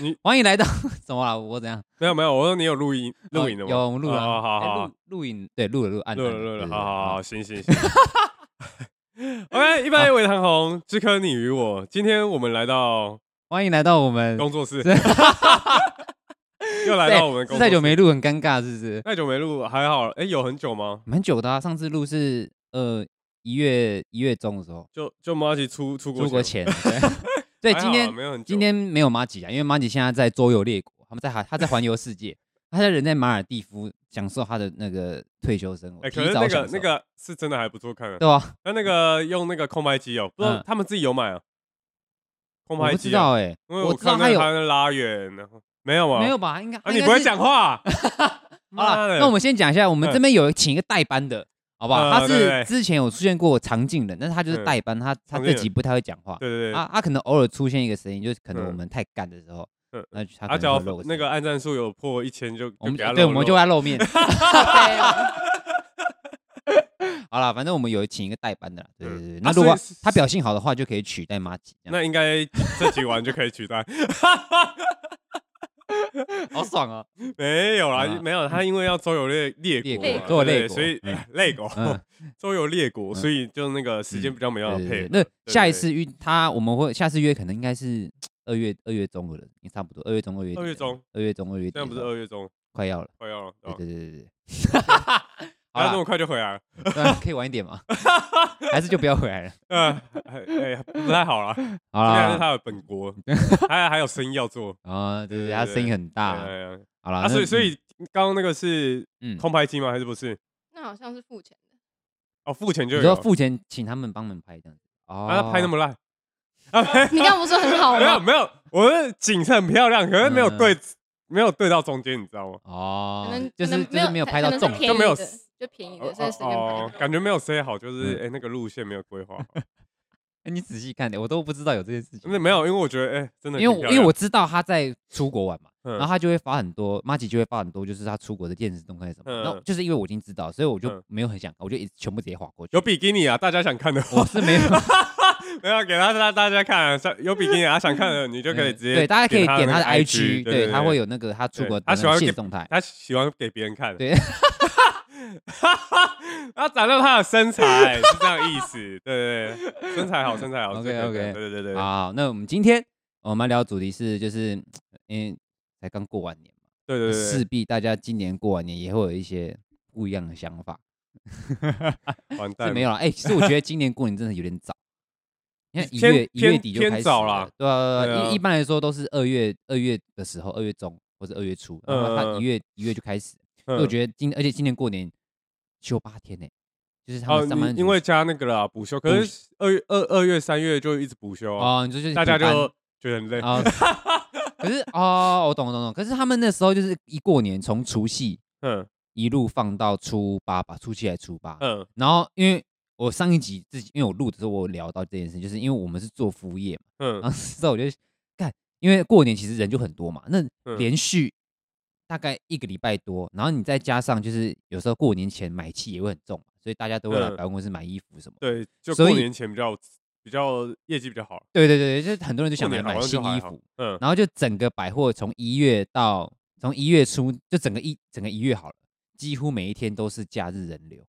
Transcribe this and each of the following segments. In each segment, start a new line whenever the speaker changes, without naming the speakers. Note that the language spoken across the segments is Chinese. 你
欢迎来到怎么了？我怎样？
没有没有，我说你有录音录影的
哦
吗？
有我们录了，
哦好
哎
好好，
录录影对，录了录按
录了
按
录了，
对
好
对
好好，行行 行。OK，一般为唐红，只可你与我。今天我们来到
欢迎来到我们，
工作室，
是
又来到我们
是
工作
太久
室。
没录，很尴尬，是不是？
太久没录，还好。哎，有很久吗？
蛮久的啊，上次录是呃一月一月中的时候，
就就马吉出出国
出国前。对，
还
对，
好啊
今天
没有很久
今天没有马吉啊，因为马吉现在在周游列国，他们 在他他在环游世界，他在人在马尔蒂夫享受他的那个退休生活，
哎，
提
可是
早
那
享
个
受
那个是真的还不错看啊。
对吧？
那那个用那个空拍机哦，不知道
嗯
他们自己有买啊？空
我
拍
不知
机啊，
道哎，
因为
我知道
看
他
那
有
个他在拉远，然后没有啊？
没有吧？应该
啊，你不会。
他应该
讲
是
话啊？
好
妈
了，
的
那我们先讲一下，我们
嗯
这边有请一个代班的，好不好？
嗯
他
对
是
对
之前有出现过常进人，但是他就是
嗯
代班，他
常
他
进
自
人
己不太会讲话，
对对对
啊，他可能偶尔出现一个声音，就是可能
嗯
我们太干的时候
嗯，
那他
啊，
可
只
能
要
会露
那
声
个按赞数有破一千就就
我们
给他
对，
露
我们就
肉
要露面。 好了，反正我们有请一个代班的啦，对对对。
嗯
那
啊
如果
所以
他表现好的话，就可以取代马吉。这样
那应该这几晚就可以取代。
好爽 哦！
没有啦
啊，
没有，他因为要周游列列
列
国嘛，
国
对对
周游列国
所以
嗯
列国
嗯
周游列国，
嗯
所以就那个时间比较没有
对对
配
对。。那下一
对
次约他，我们会下次约，可能应该是二月二月中了，也差不多二月中二月底
二月中
二月中二月底
现在
了，
不是二月中
快要了？
快要了，对
对
吧
对对 对对。
不
好
要这
了
么，快就回来了，
那可以晚一点吗？还是就不要回来了？
嗯，哎哎，不太 好了。
好
现在是
了，
他的本国，还还有生意要 做。
啊，对对，对
对
他
对
声音很
对
大。
对对
好了，
啊，
那
所以所以刚刚那个是
嗯，嗯
空拍机吗？还是不是？
那好像是付钱的，
哦，付钱就
你
有
说。付钱请他们帮忙拍这样子。哦，
啊，他拍那么烂啊？没有
你刚刚不是说很好
没有
吗？
没有，我的景色很漂亮，可是没有
嗯
对，没有对到中间，你知道吗？
哦
可能，
就
可
是
能
就是没有拍到
可能是
重
便宜
点
就
的
没有
就便宜
哦
的，所以随便
哦
拍。
感觉没有塞好，就是
嗯
哎、那个路线没有规划好，
哎你仔细看点，我都不知道有这件事情。
那没有，因为我觉得哎、真的
因
挺
为我
漂
因为
亮
我知道他在出国玩嘛，
嗯
然后他就会发很多，马吉就会发很多，就是他出国的电视动态什么。
嗯
那就是因为我已经知道，所以我就
嗯
没有很想看，我就一直全部直接划过去
有。比基尼啊，大家想看的话，
我是没有，
没有给大家大家看、啊，想有比基尼啊，想看的 你就可以直接
嗯对，大家可以点
他的
他
那
的
个 IG，
IG，对，他会
有
有那个他出国的
对他喜欢
现
给
实动态。
他喜欢给别人看，
对，
他展露他的身材是这样意思，对对对，身材好，身材好
OK，OK
对对对对对
好，那我们今天我们要聊的主题是，就是因为才刚过完年嘛，
对对对，
势必大家今年过完年也会有一些不一样的想法。
完蛋
是
了，
没有啦，哎、其实我觉得今年过年真的有 点早，你看一
偏
月一
偏
月底就
偏
开始
早
了
啦
对啊对啊
对啊
一一般来说都是二月二月的时候，二月中或者二月初，然后
嗯嗯
他
嗯
一月一月就开始，所以
嗯
我觉得今而且今年过年休八天呢、就是他
哦，
们上班
你
族
因为加那个啦补休，可
补
是二月二二月三月就一直补休啊，
哦，你说就是
大家
补班
就觉得很累。
啊。可是哦，我懂我懂我懂。可是他们那时候就是一过年，从除夕
嗯
一路放到初八吧，初七还是初八？
嗯
然后因为我上一集自己，因为我录的时候我有聊到这件事，就是因为我们是做服务业嘛，然
嗯
后之后我就干，因为过年其实人就很多嘛，那
嗯
连续大概一个礼拜多，然后你再加上就是有时候过年前买气也会很重嘛，所以大家都会来
嗯
百货公司买衣服什么的。
对，就
所
过
以
年前比较比较业绩比较好，
对对对对，就是很多人就
过
想来
年好
买
像
新
就还
衣
好
服，。
嗯，
然后就整个百货从一月到从一月初，就整个一整个一月好了，几乎每一天都是假日人流，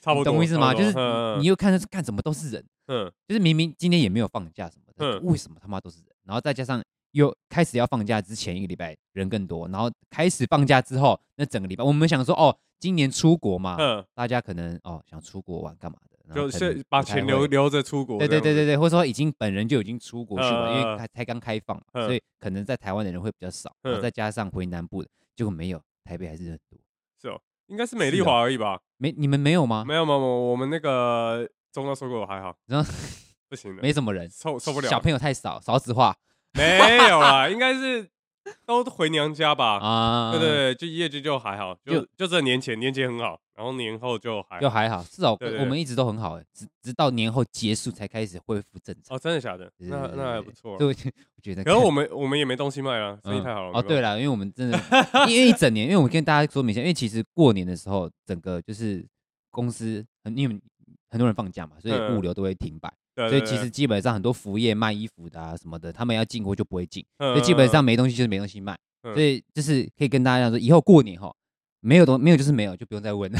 差不
你
多。
懂我意思吗？
差不多
就是你你又看看怎么都是人，
嗯
就是明明今天也没有放假什么的，
嗯
为什么他妈都是人？然后再加上有开始要放假之前一个礼拜人更多，然后开始放假之后，那整个礼拜我们想说哦，今年出国嘛，
嗯，
大家可能哦想出国玩干嘛的，然后
就
啊可
是
能
把
不太
钱
会
留留着出国。
对对对
这
对
样子，
对，或者说已经本人就已经出国去了，因
嗯嗯
为
嗯
才才刚开放嘛，
嗯
所以可能在台湾的人会比较少，然后
嗯
再加上回南部的，结果没有，台北还是很多。
应该是美
是啊
丽
哦
华而已吧？
没你们没有吗？
没有没有，没有我们那个中央收购还好，
然后
不行的，
没什么人，
受受不了，
小朋友太少，少子化
没有啦，应该是都回娘家吧。
啊。
对对，对，就业绩就还好，就
就
就这年前年前很好，然后年后就还
就
好。
还好，至少
对对
我们一直都很好，直直到年后结束才开始恢复正常。
哦，真的假的？
对
那
对对
那还
对
不错啊。
对， 所以我觉得
可是
看
我们我们也没东西卖啊，生意
嗯
太好了。
哦，对
了，
了，因为我们真的，因为一整年，因为我们跟大家说明一下，因为其实过年的时候，整个就是公司，很因为很多人放假嘛，所以
嗯
物流都会停摆，
对
所以
对
其
对
实基本上很多服务业卖衣服的啊什么的，他们要进货就不会进，
嗯
所以基本
嗯
上没东西就是没东西卖，
嗯
所以就是可以跟大家讲说，以后过年哈，没有东没有就是没有，就不用再问了。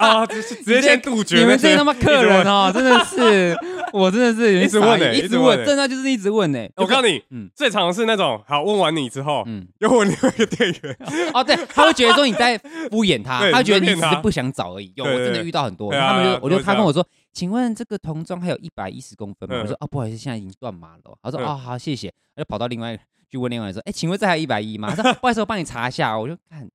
啊，直直接先 杜绝
你
那
们
些。
这些他妈客人哦，真的 是，我真的是有点
一直
傻
问
眼
欸一
一
直
直
问欸
问，真的就是一直问呢。
我告诉你，
嗯
最常是那种好问完你之后，
嗯，
又问另外一个店员，
哦，对，他会觉得说你在敷衍他
对，
他觉得
你在
你只
骗他
是不想找而已。有，
对
我
对
真的遇到很多，
对啊
他们
对啊
就我
都
就是他
这
跟
样
我说，请问这个童装还有一百一十公分吗？
嗯
我说哦，不好意思，现在已经断码了。他说
嗯
哦，好，谢谢。他就跑到另外一个去问另外一个说，哎，请问这还有一百一吗？他说不好意思，我帮你查一下。哦我就看，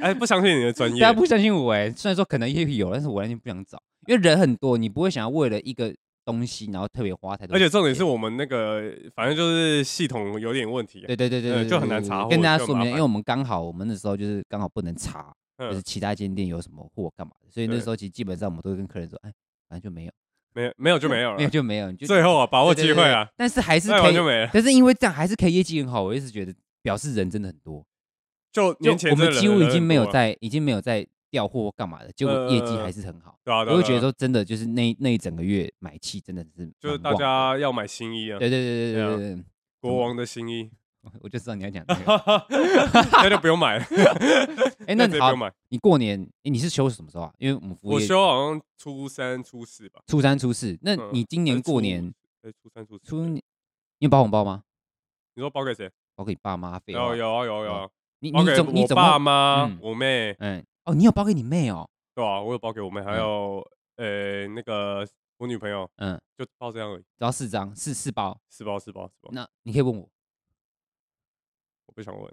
哎，不相信你的专业
大家，不相信我哎，虽然说可能也有，但是我完全不想找，因为人很多，你不会想要为了一个东西然后特别花太多。
而且重点是。我们那个反正就是系统有点问题，
对对对对
呃
对
就
对
很难
对
查
对
获
跟大家
就
说
很麻
明，因
烦
为我们刚好我们那时候就是刚好不能查，就是
嗯，
其他间店有什么货干嘛的，所以那
对
时候其实基本上我们都会跟客人说，哎，反正就没有，
没有没有就没有
没有
了，
就没有，你就
最后啊，把握
对对
机会
对
啊，
但是还是
再
可
完
以
就，没了，
但是因为这样还是可以业绩很好，我一直觉得表示人真的很多，
就
就
年前
我
真
们
的
几乎
人
已经没有
很多了，
在已经没有在调货或干嘛的，结果业绩还是很好，
对啊，
我
对啊
就
对啊
觉得说真的就是那那一整个月买气真的是
就是大
蛮旺的
家要买新衣啊，
对对嗯对
对啊
对对对对，
国王的新 衣，
我就知道你要讲这个。
那就不用买了，那
哎，那
直接不
好
用，买，
你过年哎你是休什么时候啊？因为我们服务
我
业
休好像初三初四吧，
初三初四，那
嗯
你今
还
年
是初
过
五
年
哎，初三初四，
初你你有包红包吗？
你说包给谁？
包给你爸妈费
有
用。
有啊有啊有啊，
哦你
包
你
给
怎么你
我
怎
爸
么
妈
嗯、
我妹，
嗯哦，你有包给你妹哦，
对吧？我有包给我妹，还
嗯
有呃那个我女朋友，
嗯，
就包这样而已，
只要四张，四四包。
四包四包四包，
那你可以问我，
我不想问。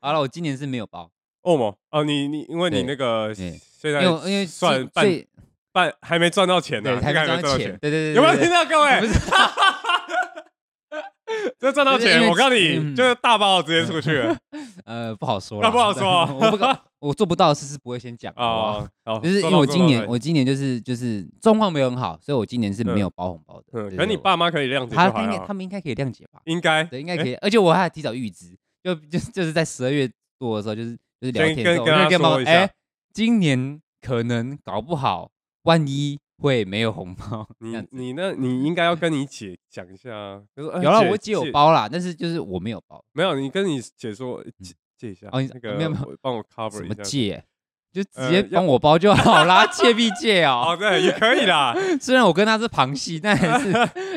好了，我今年是没有包，
哦么哦，你你因为你
对
那个
对
现
因
在
为我因为
算
是
半
最
半还没赚到钱呢，啊
对
应
还
该
没
还没
赚
赚到
钱，
钱，
对对对，
有没有
对
听？到各
不
位？
是
这赚到
就是因
钱，
为
我告诉你，
嗯
就是大包直接出去了
呃不好说
那
啦，
不好说啊
我不 敢，我做不到的事是不会先讲的。好不好
啊！好
就是因
赚
为
到
我
赚
今
到
年
赚到
我今年就是就是状况没有很好，所以我今年是
嗯
没有包红包的。
嗯，
对
可是你
对
爸妈可以谅解就
他
还
他应该
好啊
他，们应该可以谅解吧？
应该
对，应该可以。而且我还提早预知，就就就是在十二月多的时候，就是就是聊
先
天的时候，
跟
我就
跟
跟
他
妈
说一
妈
下
哎，今年可能搞不好，万一会没有红包。这
你
样
你那你应该要跟你姐讲一下啊，就说哎
有了，我姐有
借
包啦，但是就是我没有包，
没有？你跟你姐说借借一下，
哦你
那个
没有没有
我帮我
什
cover
么
一下。
借，就直
呃
接
要
帮我包就好啦， 借必借
哦，
哦。
对，也可以啦，
虽然我跟她是旁系，但还 是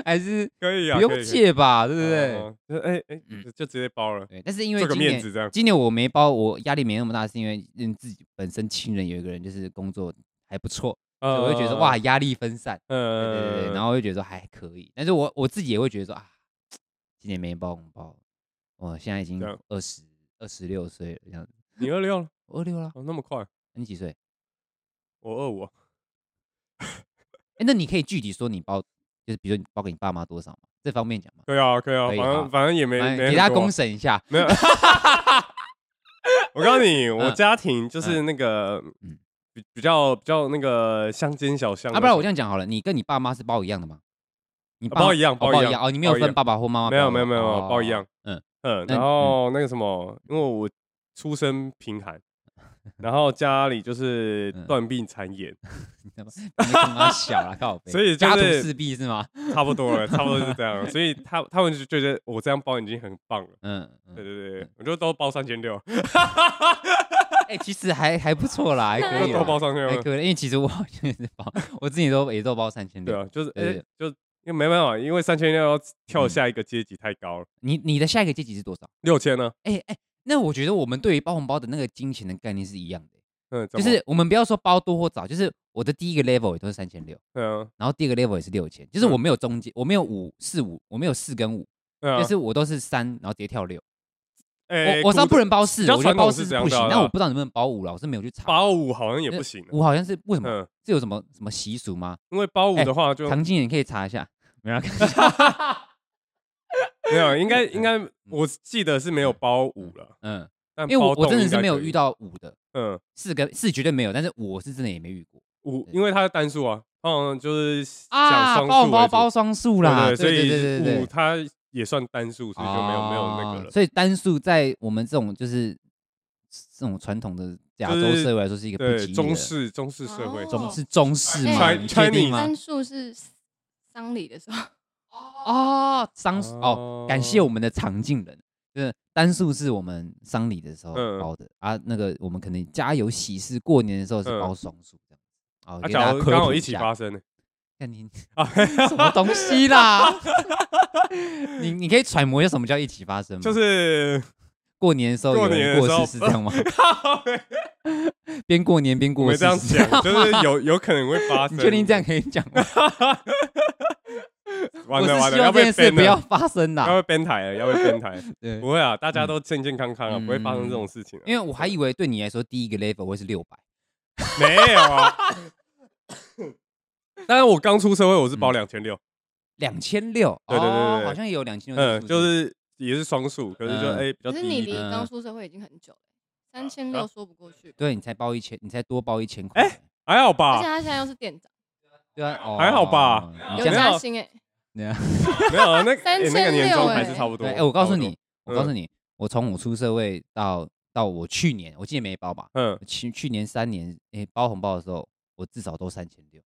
还是
可以啊，
不
可
用
以，
借吧，对不对？
哦就哎哎，
嗯
就直接包了，
对，但是因为
做个
今
面
年
子这样。
今年我没包，我压力没那么大，是因为嗯自己本身亲人有一个人就是工作还不错，所以我会觉得哇，压力分散，对
呃，
对对对，然后会觉得说还可以，但是我我自己也会觉得说啊，今年没包红包，我现在已经
这样
二十二十六岁了，这样子，
你二六了，
我二六了，
哦，那么快，
你几岁？
我二五啊，
哎，那你可以具体说你包，就是比如说你包给你爸妈多少嘛，这方面讲嘛，
可以啊，可以啊，反
可以
正
好
反正也没
哎
没啊
给大家
公
公审一下，
没有。我告诉你，我
嗯
家庭就是那个
嗯
比比较比较那个乡间小巷那种，
啊，不然我这样讲好了，你跟你爸妈是包一样的吗？你
啊包一样
哦
包一
包
样
哦，你没有
包一样
分爸爸或妈妈
没
包
有
的
没有没有没有
哦
包一样，
嗯
嗯，
那
然
你
后那个什么，因为我出身贫 寒，然后家里就是
嗯
断臂残垣，
那么你们他妈小了， 靠北
所以就
家徒
是
四壁是吗？
差不 多了，差不多是这样，所以他他们就觉得我这样包已经很棒了。
嗯，嗯
对对对，我就都包三千六，
哎、其实还还不错啦，还可
就
以
都
啦，
包三千
还
六，
可以，因为其实我好像也是包，我之前都也都包三千
对
六，
啊，就是
嗯对嗯
哎，就因为没办法，因为三千六要跳下一个阶级太高了，
你你的下一个阶级是多少？
六千呢？
哎哎，那我觉得我们对于包红包的那个金钱的概念是一样的。
嗯，怎
就
么
是我们不要说包多或少，就是我的第一个 level 也都是三千六，
嗯
然后第二个 level 也是六千，就是
嗯
我没有中间，我没有五四五，我没有四跟五，
嗯，
就是我都是三，然后直接跳六。
哎
我我知道不能包
比
四，
较
我觉得
传统
包
是
四
这样
不
的
行
啊，
但我不知道能不能包五了，我是没有去查。
包五好像也不行，啊
五好像是为什么？
嗯，
是有什么什么习俗吗？
因为包五
哎
的话就
唐经理你可以查一下，没有啊？
没有，应该应该我记得是没有包五了，
嗯，
但
因为我
包栋
我真的
应该
是没有
可以
遇，到五的，
嗯，
四跟四绝对没有，但是我是真的也没遇过
五，
对
因为它是单数啊，嗯，就是
啊。
讲双
包
数
红包
为主
包双数啦，
对
对
对
对对
所
对
以五
对。
它也算单数，所以就没有没有那个
哦
了。
所以单数在我们这种就是这种传统的亚
就
洲
是
社会来说是一个不
对，
吉利的
中式中式社会，
哦
中是中式嘛？
Chi-
你确定
Chinese
吗？
单数是丧礼的时候，
哦，丧事哦，感谢我们的常进人，就是单数是我们丧礼的时候
嗯
包的啊，那个我们可能家有喜事，过年的时候是
嗯
包双数这样子。哦，
啊，
给
假
大家
如
科
刚好
普
一起
下
发生呢，
看你
啊
什么东西啦？ 你你可以揣摩一下什么叫一起发生吗？
就是
过年的时候有
过年
人
的
过
时候
世是这 样吗？
靠北
边过 年边
我
过
们
世
这样
是这样吗
讲，就是有有可能会发生。
你确定这样？可以讲吗？
完
我
了
是
完了，
希望
要
这
被
件事
ban
不要
了，
发生啦
要。被 ban 台了，要被 ban 台。
对，
不会啊，大家都健健康康啊，
嗯
不会发生这种事情啊。
因为我还以为对你来说第一个 level 会是六百。
没有 啊。但是我刚出社会，我是
嗯
包两千六，
两千六，
对对对
哦
对
好像也有两千六，
嗯，就是也是双数，可是就
嗯
哎比较
可
低啊
是
一
你离
点。
嗯
刚出社会已经很久了，三千六说不过去。
对你才包一千，你才多包一千块，
哎还好吧
而且？他现在又是店长，
对啊，哦
还好吧
你
有
这样
没
加
有
薪哎，
没有啊，那
三
欸那个
千
年
六
终
欸
还是差不多。
对，哎，我告诉
差
你，
不
我
多嗯
告诉你，我从我出社会到到我去年，我今年没包吧？
不多，
去去年三年，哎，包红包的时候，我至少都三千六。
嗯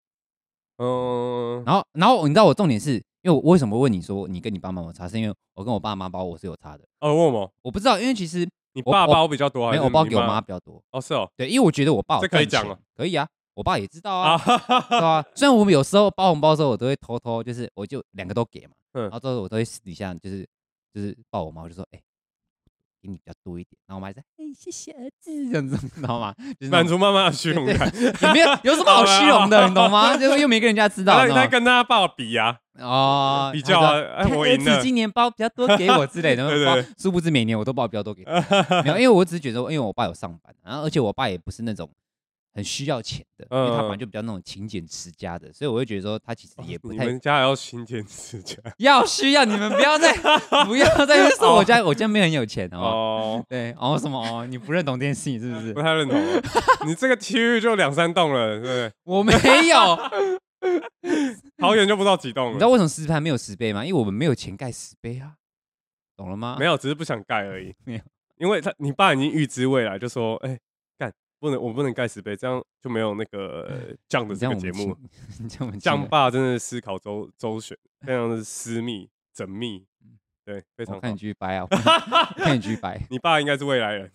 嗯，
然后，然后你知道我重点是，因为我为什么问你说你跟你爸妈有差，是因为我跟我爸妈包我是有差的，
哦，问我，
我不知道，因为其实
你
我
爸
我
包比较多还
没
是
有我包
你
给我妈？比较多，
哦，是哦，
对，因为我觉得我爸有
这可以讲
赚钱
吗，
可以啊，我爸也知道啊
啊，，哈哈哈
对啊，虽然我们有时候包红包的时候，我都会偷偷，就是我就两个都给嘛，
嗯
然后之后我都会私底下就是就是抱我妈，我就说，哎、给你比较多一点，然后我妈就说，哎、谢谢儿子，这样子，你知道吗？就是那
满足
种
妈妈的虚荣感。
也没有有什么好虚荣的，你 懂吗？就又没跟人家知道，
那
你知
啊那
道吗
跟他爸比啊呀，
哦，
比
然后
较啊
说
哎
看
我
儿
赢
子
了
今年包比较多给我之 类的，
对对
然后
对
包殊不知每年我都包比较多给他，没有，因为我只是觉得，因为我爸有上班，然后而且我爸也不是那种。很需要钱的，因为他本来
嗯
就比较那种勤俭持家的，所以我会觉得说他其实也不
哦你
太
们家还要勤俭持家
要需要你们不 要再不要再边说我家我家没有很有钱哦。
哦，
对，哦什么哦，你不认同这件事情是不
不
是？
太认同哦。你这个区域就两三栋了，对不对？
我没有，
桃园就不知道几
你
栋
知
了
道。为什么石牌没有石碑吗？因为我们没有钱盖石碑啊，懂了吗？
没
有，
有，只是不想盖而已。
没有，
因为他你爸已经预知未来，就说：“哎、干不能，我不能盖石碑，这样就没有那个这样的
你
这
这样
个
我
节
们
目。
亲， 你这样我们”
这样
亲
爸真的思考周周旋，非常的私密缜密，对，非
人，
常
我看
好
你。继续掰啊，我看你继续掰。
你爸应该是未来人，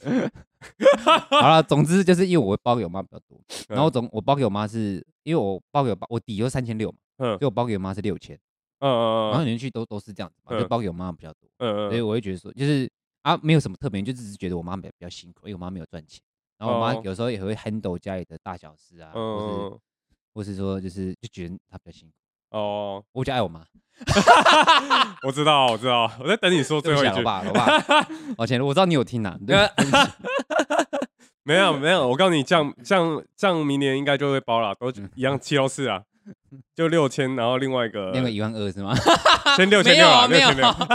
好了，总之就是因为我包给我妈比较多，然 后
嗯
总我包给我妈是因为我包给我爸，我底就三千六嘛，
嗯
所以我包给我妈是六千，然后
嗯嗯
连续都都是这样子嘛，
嗯
就包给我妈比较多。
嗯
所以
嗯，
我会觉得说，就是啊，没有什么特别，就只是觉得我妈比比较辛苦，因为我妈没有赚钱，然后我妈
哦
有时候也会 handle 家里的大小事啊，或是
嗯
或是说就是就觉得她比较辛苦，
哦，
我就爱我妈，
我知道，我知道，我在等你说
对
最
不
后
起
一
啊，老
句。呃
爸，老爸，抱歉，我知道你有听啊，对不起，
没有没有，我告诉你，这样这样这样，明年应该就会包了，都
嗯
一样七幺四啊，就六千，然后另外一个
那个一万二是吗？
先六千
没
六
有啊，
啊，六
没有
千六
啊，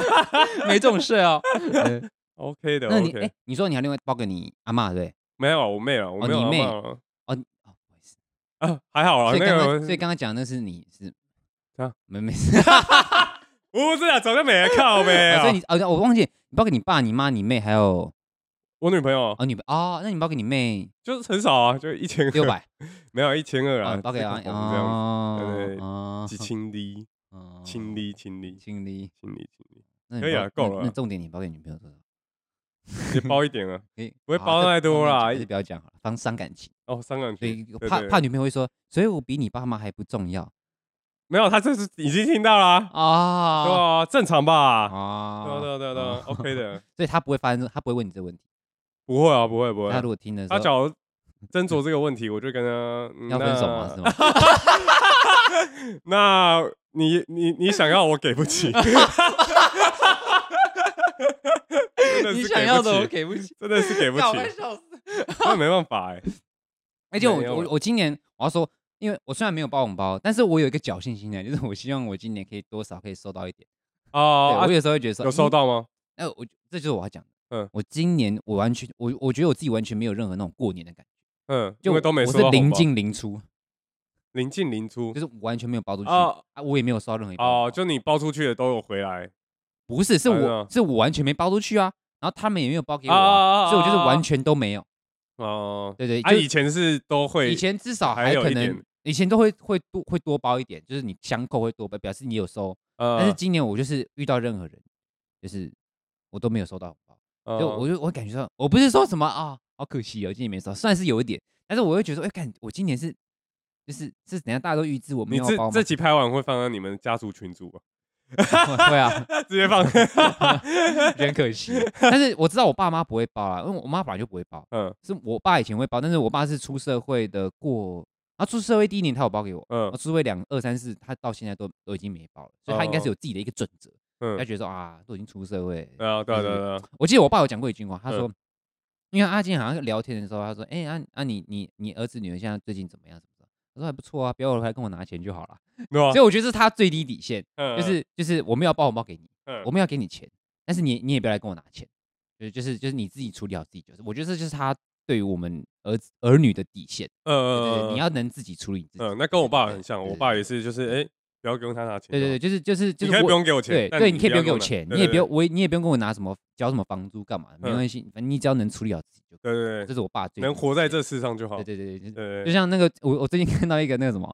没这种事哦。对
，OK 的
那你
，OK
哎。，你说你还另外包给你阿妈对不对？
没有啊，我妹啊，我
哦
没有
你
阿
妹
嬷啊
哦你哦，不好意思
啊，还好啦，
所以
那
刚
个
刚所以刚刚讲的那是你是
啊，
没没事。
不是啊，早就 没了靠呗
哦
啊
所以。你哦，我忘记你包给你爸、你妈、你妹还有
我女朋友
哦你哦，那你包给 你妹
就是很少啊，就一千
六，百。
没有一千二
啊，
啊，
包给
这
啊
个，红这样对对
哦
子，几清滴，
哦
清滴，清滴，
清理，
清滴，清 滴，
那你
可以
包
啊够
那
了
那
啊
重点你包给女朋友多少？
也包一点啊。
可以，
不会
好
包
这
太多
这
啦
还是不要讲好了，防伤感情。
哦，伤感
所
情
以，怕
对
怕女朋友会说，所以我比你爸妈还不重要。
没有，他这是已经听到啦、对
啊
啊，正常吧？
啊
对啊对啊对啊对啊
哦
，OK 的，
所以他不会发生，他不会问你这个问题。
不会啊，不会不会
他。如果听的时
他
候，
假如斟酌这个问题，我就跟他、嗯、
要分手吗？
那
是吗？
那你你你想要我给不 起， 真的是给不起
给不起，
真的是给不起，
笑死。
那没办法哎、
而且我
没有
我我今年我要说，因为我虽然没有包红包，但是我有一个侥幸心态，就是我希望我今年可以多少可以收到一点。
哦、
对
啊
我有时候会觉得说
有收，
嗯
到吗？
哎，我这就是我要讲的。
嗯
嗯，我今年我完全我我觉得我自己完全没有任何那种过年的感觉，
嗯，
就
因为都没
我
收
是
到红
零
包，
进零出，
临近临出
就是我完全没有包出去
哦
啊，我也没有收到任何一包红包。
哦，就你包出去的都有回来
不是，是
哎呀
我是我完全没包出去啊，然后他们也没有包给我啊，
啊
所以我就是完全都没有。
哦。
对对，
啊，
就是
以前是都会，
以前至少
还
还
有
可
一
能
点，
以前都会会多会多包一点，就是你相扣会多包，表示你有收。
呃，
但是今年我就是遇到任何人，就是我都没有收到红包，
呃
就我就我感觉到，我不是说什么啊，好可惜哦，今年没收，算是有一点，但是我会觉得说，哎，感我今年是就是是怎样，大家都预知我没
你
有
这
包吗
这？集拍完会放在你们家族群组吗？
对啊，
直接放，
有点可惜。 但是我知道我爸妈不会包啦，因为我妈本来就不会包，
嗯
是我爸以前会包，但是我爸是出社会的过，啊，出社会第一年他有包给我。
嗯
啊，出位两二三四，他到现在都都已经没报了，所以他应该是有自己的一个准则，
哦嗯
他，觉得说啊，都已经出社会。
啊对啊对啊对啊，
我记得我爸有讲过一句话，他
嗯
说，因为阿金好像聊天的时候，他说，哎、啊啊你你你儿子女儿现在最近怎么样？怎么样？我说还不错啊，不要来跟我拿钱就好了。
对啊
所以我觉得这是他最低底线，
嗯，
就是就是我们要包红包给你，
嗯
我们要给你钱，但是你你也不要来跟我拿钱，就是就是就是你自己处理好自己就是。我觉得这就是他对于我们儿子儿女的底线，对对对，
呃
你要能自己处理你自己。
嗯，那跟我爸很像，
对
我
对
爸也是，就是哎，不要跟他拿钱，
对对对，，就是就是就
你
是
可以
我
不用给我钱
对，
但
对，你可以不用给我
拿
钱，
啊对
你也
对
不用我也你也不用跟我拿什么交什么房租干嘛，没
嗯
关系，反正你只要能处理好自己就。
对对
这
对，
是我爸最
能
低
活
的
在
底
这世上就好，
线，
对
对对对对，
对
就
对，
像那个我我最近看到一个那个什么，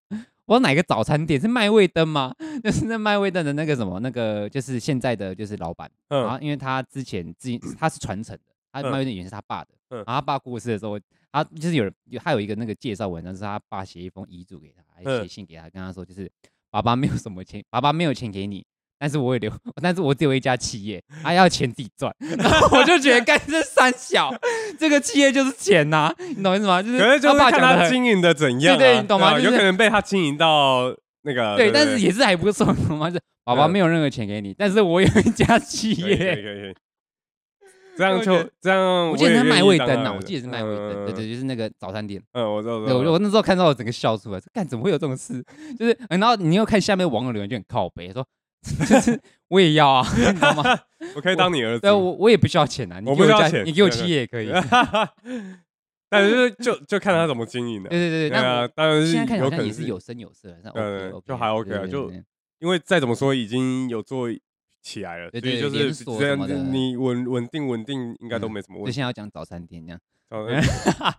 我哪个早餐店是卖味灯吗？ 就是那卖味灯的那个什么那个就是现在的就是老板，然
嗯
后因为他之前自己他是传承的，他
嗯
卖味灯也是他爸的，
嗯
然后他爸过世的时候，他就是有人有他有一个那个介绍文章是他爸写一封遗嘱给他，还
嗯
写信给他，跟他说就是爸爸没有什么钱，爸爸没有钱给你。但是我也留，但是我只有一家企业，他、要钱自己赚，然后我就觉得干这三小，这个企业就是钱呐、你懂我意思吗？就是
可是就是
他爸
看
讲的
他
很
经营的怎样啊，
对对你懂吗
对啊
就
有
是
可能被他经营到那个，
对，但是也是还不错，懂吗？就是爸爸
嗯
没有任何钱给你，但是我有一家企
可以可以
业，
可以可以，这样就
我觉得
这样，
我记得
也
他
愿
卖
意
味
当
灯
他
呐，
的
我记得是卖味灯，对，
嗯
对，就是那个早餐店。
嗯，我知道，我知
对，
道
我就我那时候看到我整个笑出来，说干怎么会有这种事？就是，呃然后你又看下面网友留言就很靠北，说 就是我也要啊， 你知道吗？
我可以当你儿子
对，，我我也不需要钱啊，你
我不
给
需
一
要
家
钱
你给我
对对
企业也可以。对
但是就就看他怎么经营的，
对对，
对啊
那，
当然
我
是
现在看起
有
来好
可
像
能
也是有声有色啊的，那
对对
OK
对
OK，
就还 OK 啊就
对
因为再怎么说已经有做起来了，所
对
以
对
就
连
是
锁
这
什么的嗯
样，你稳稳定稳定应该都没什么
就
问题。
现在要讲早餐店这样。
早 餐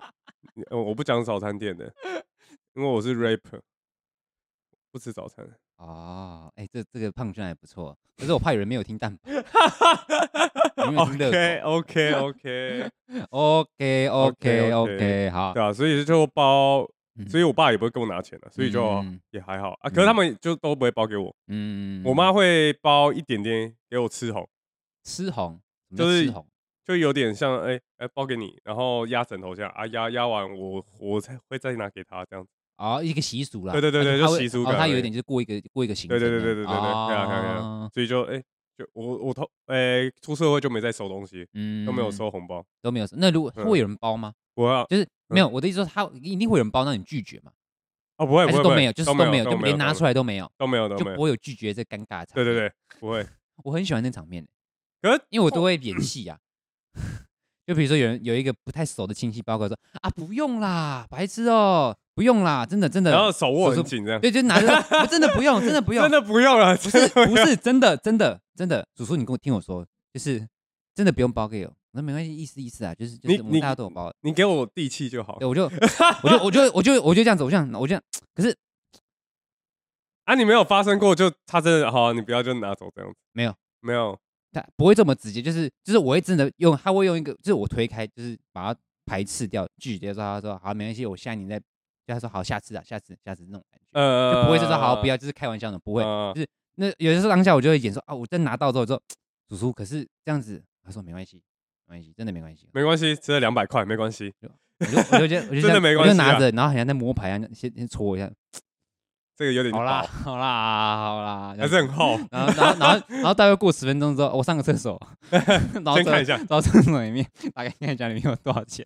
你呃我不讲早餐店的，因为我是 rapper，不吃早 餐。
哦，哎，这这个胖圈还不错，可是我怕有人没有听蛋白。因为是热狗
OK OK OK，
OK OK
OK，OK
OK，好
对，啊，所以就包，
嗯
所以我爸也不会跟我拿钱了，所以就
嗯
也还好啊。可是他们就都不会包给我，
嗯
我妈会包一点点给我吃红，
吃红，什么
就
叫
是
吃红，
就有点像哎哎包给你，然后压枕头下啊压压完我我才会再拿给他这样子。
哦，一个习俗啦，
对对对
啊
对
它
就
会
习俗
哦
感
它有
而已
一点就是过一个过一个行
对
程
对
这
对
样，
对对对对，对啊对啊对啊
哦，
所以就哎、就我我头哎、出社会就没再收东西，
嗯
都没有收红包。
都没有收。那如果
嗯
会有人包吗？
我要
就是没有，我的意思说他一定会有人包，那你拒绝嘛？
哦不会
还
不
是
会不
都
会
没有，就是
都
没
有
就连拿出
来
来都没有，
都没有都
就
没
不
有，
会有拒绝这尴尬的场
对
面。
对对，不会
我很喜欢那场面，
可是
因为我都会演戏啊。 就比如说有人有一个不太熟的亲戚包过来说啊，不用啦，白痴哦，不用啦，真的真
然后
的，
手握很
手是
紧这样，
对，就拿着说，我真的不用，真的不 用
真，的不用了，
不
真
是
的
不
不用
是真的真的真的，主叔，你跟我听我说，就是真的不用包给我，那没关系，意思意思啊，就是就
你
是我
你哦
们大家都有包，
你给我地气就好
对，我就我就我就我就我就这样子，我就这样我就这样，可是
啊！你没有发生过，就他真的好，你不要就拿走这样子，
没有
没有，
他不会这么直接，就是就是我会真的用，他会用一个，就是我推开，就是把它排斥掉，拒绝掉之后，他说好，没关系，我下一年再就他说好，下次啊，下次，下次那种感觉，
呃，
就不会就是说好，不要，就是开玩笑的，不会。
嗯
就是那有的时候当下我就会演说啊，我真拿到之后我说，叔叔，可是这样子，他说没关系，没关系，真的没关系。
没关系，只有两百块，没关系，
我就我就觉得我
真的
就这样
没
我
关
就
系啊
拿着，然后好像在摸牌一样，先先搓一下，
这个有点
好啦，
薄，
好啦，好啦，这
还是
样
很 厚。
然后，然后，然后，然后大约过十分钟之后，我上个 厕所，然后
先看一
走
下
到厕所里面，大概看一下里面有多少钱。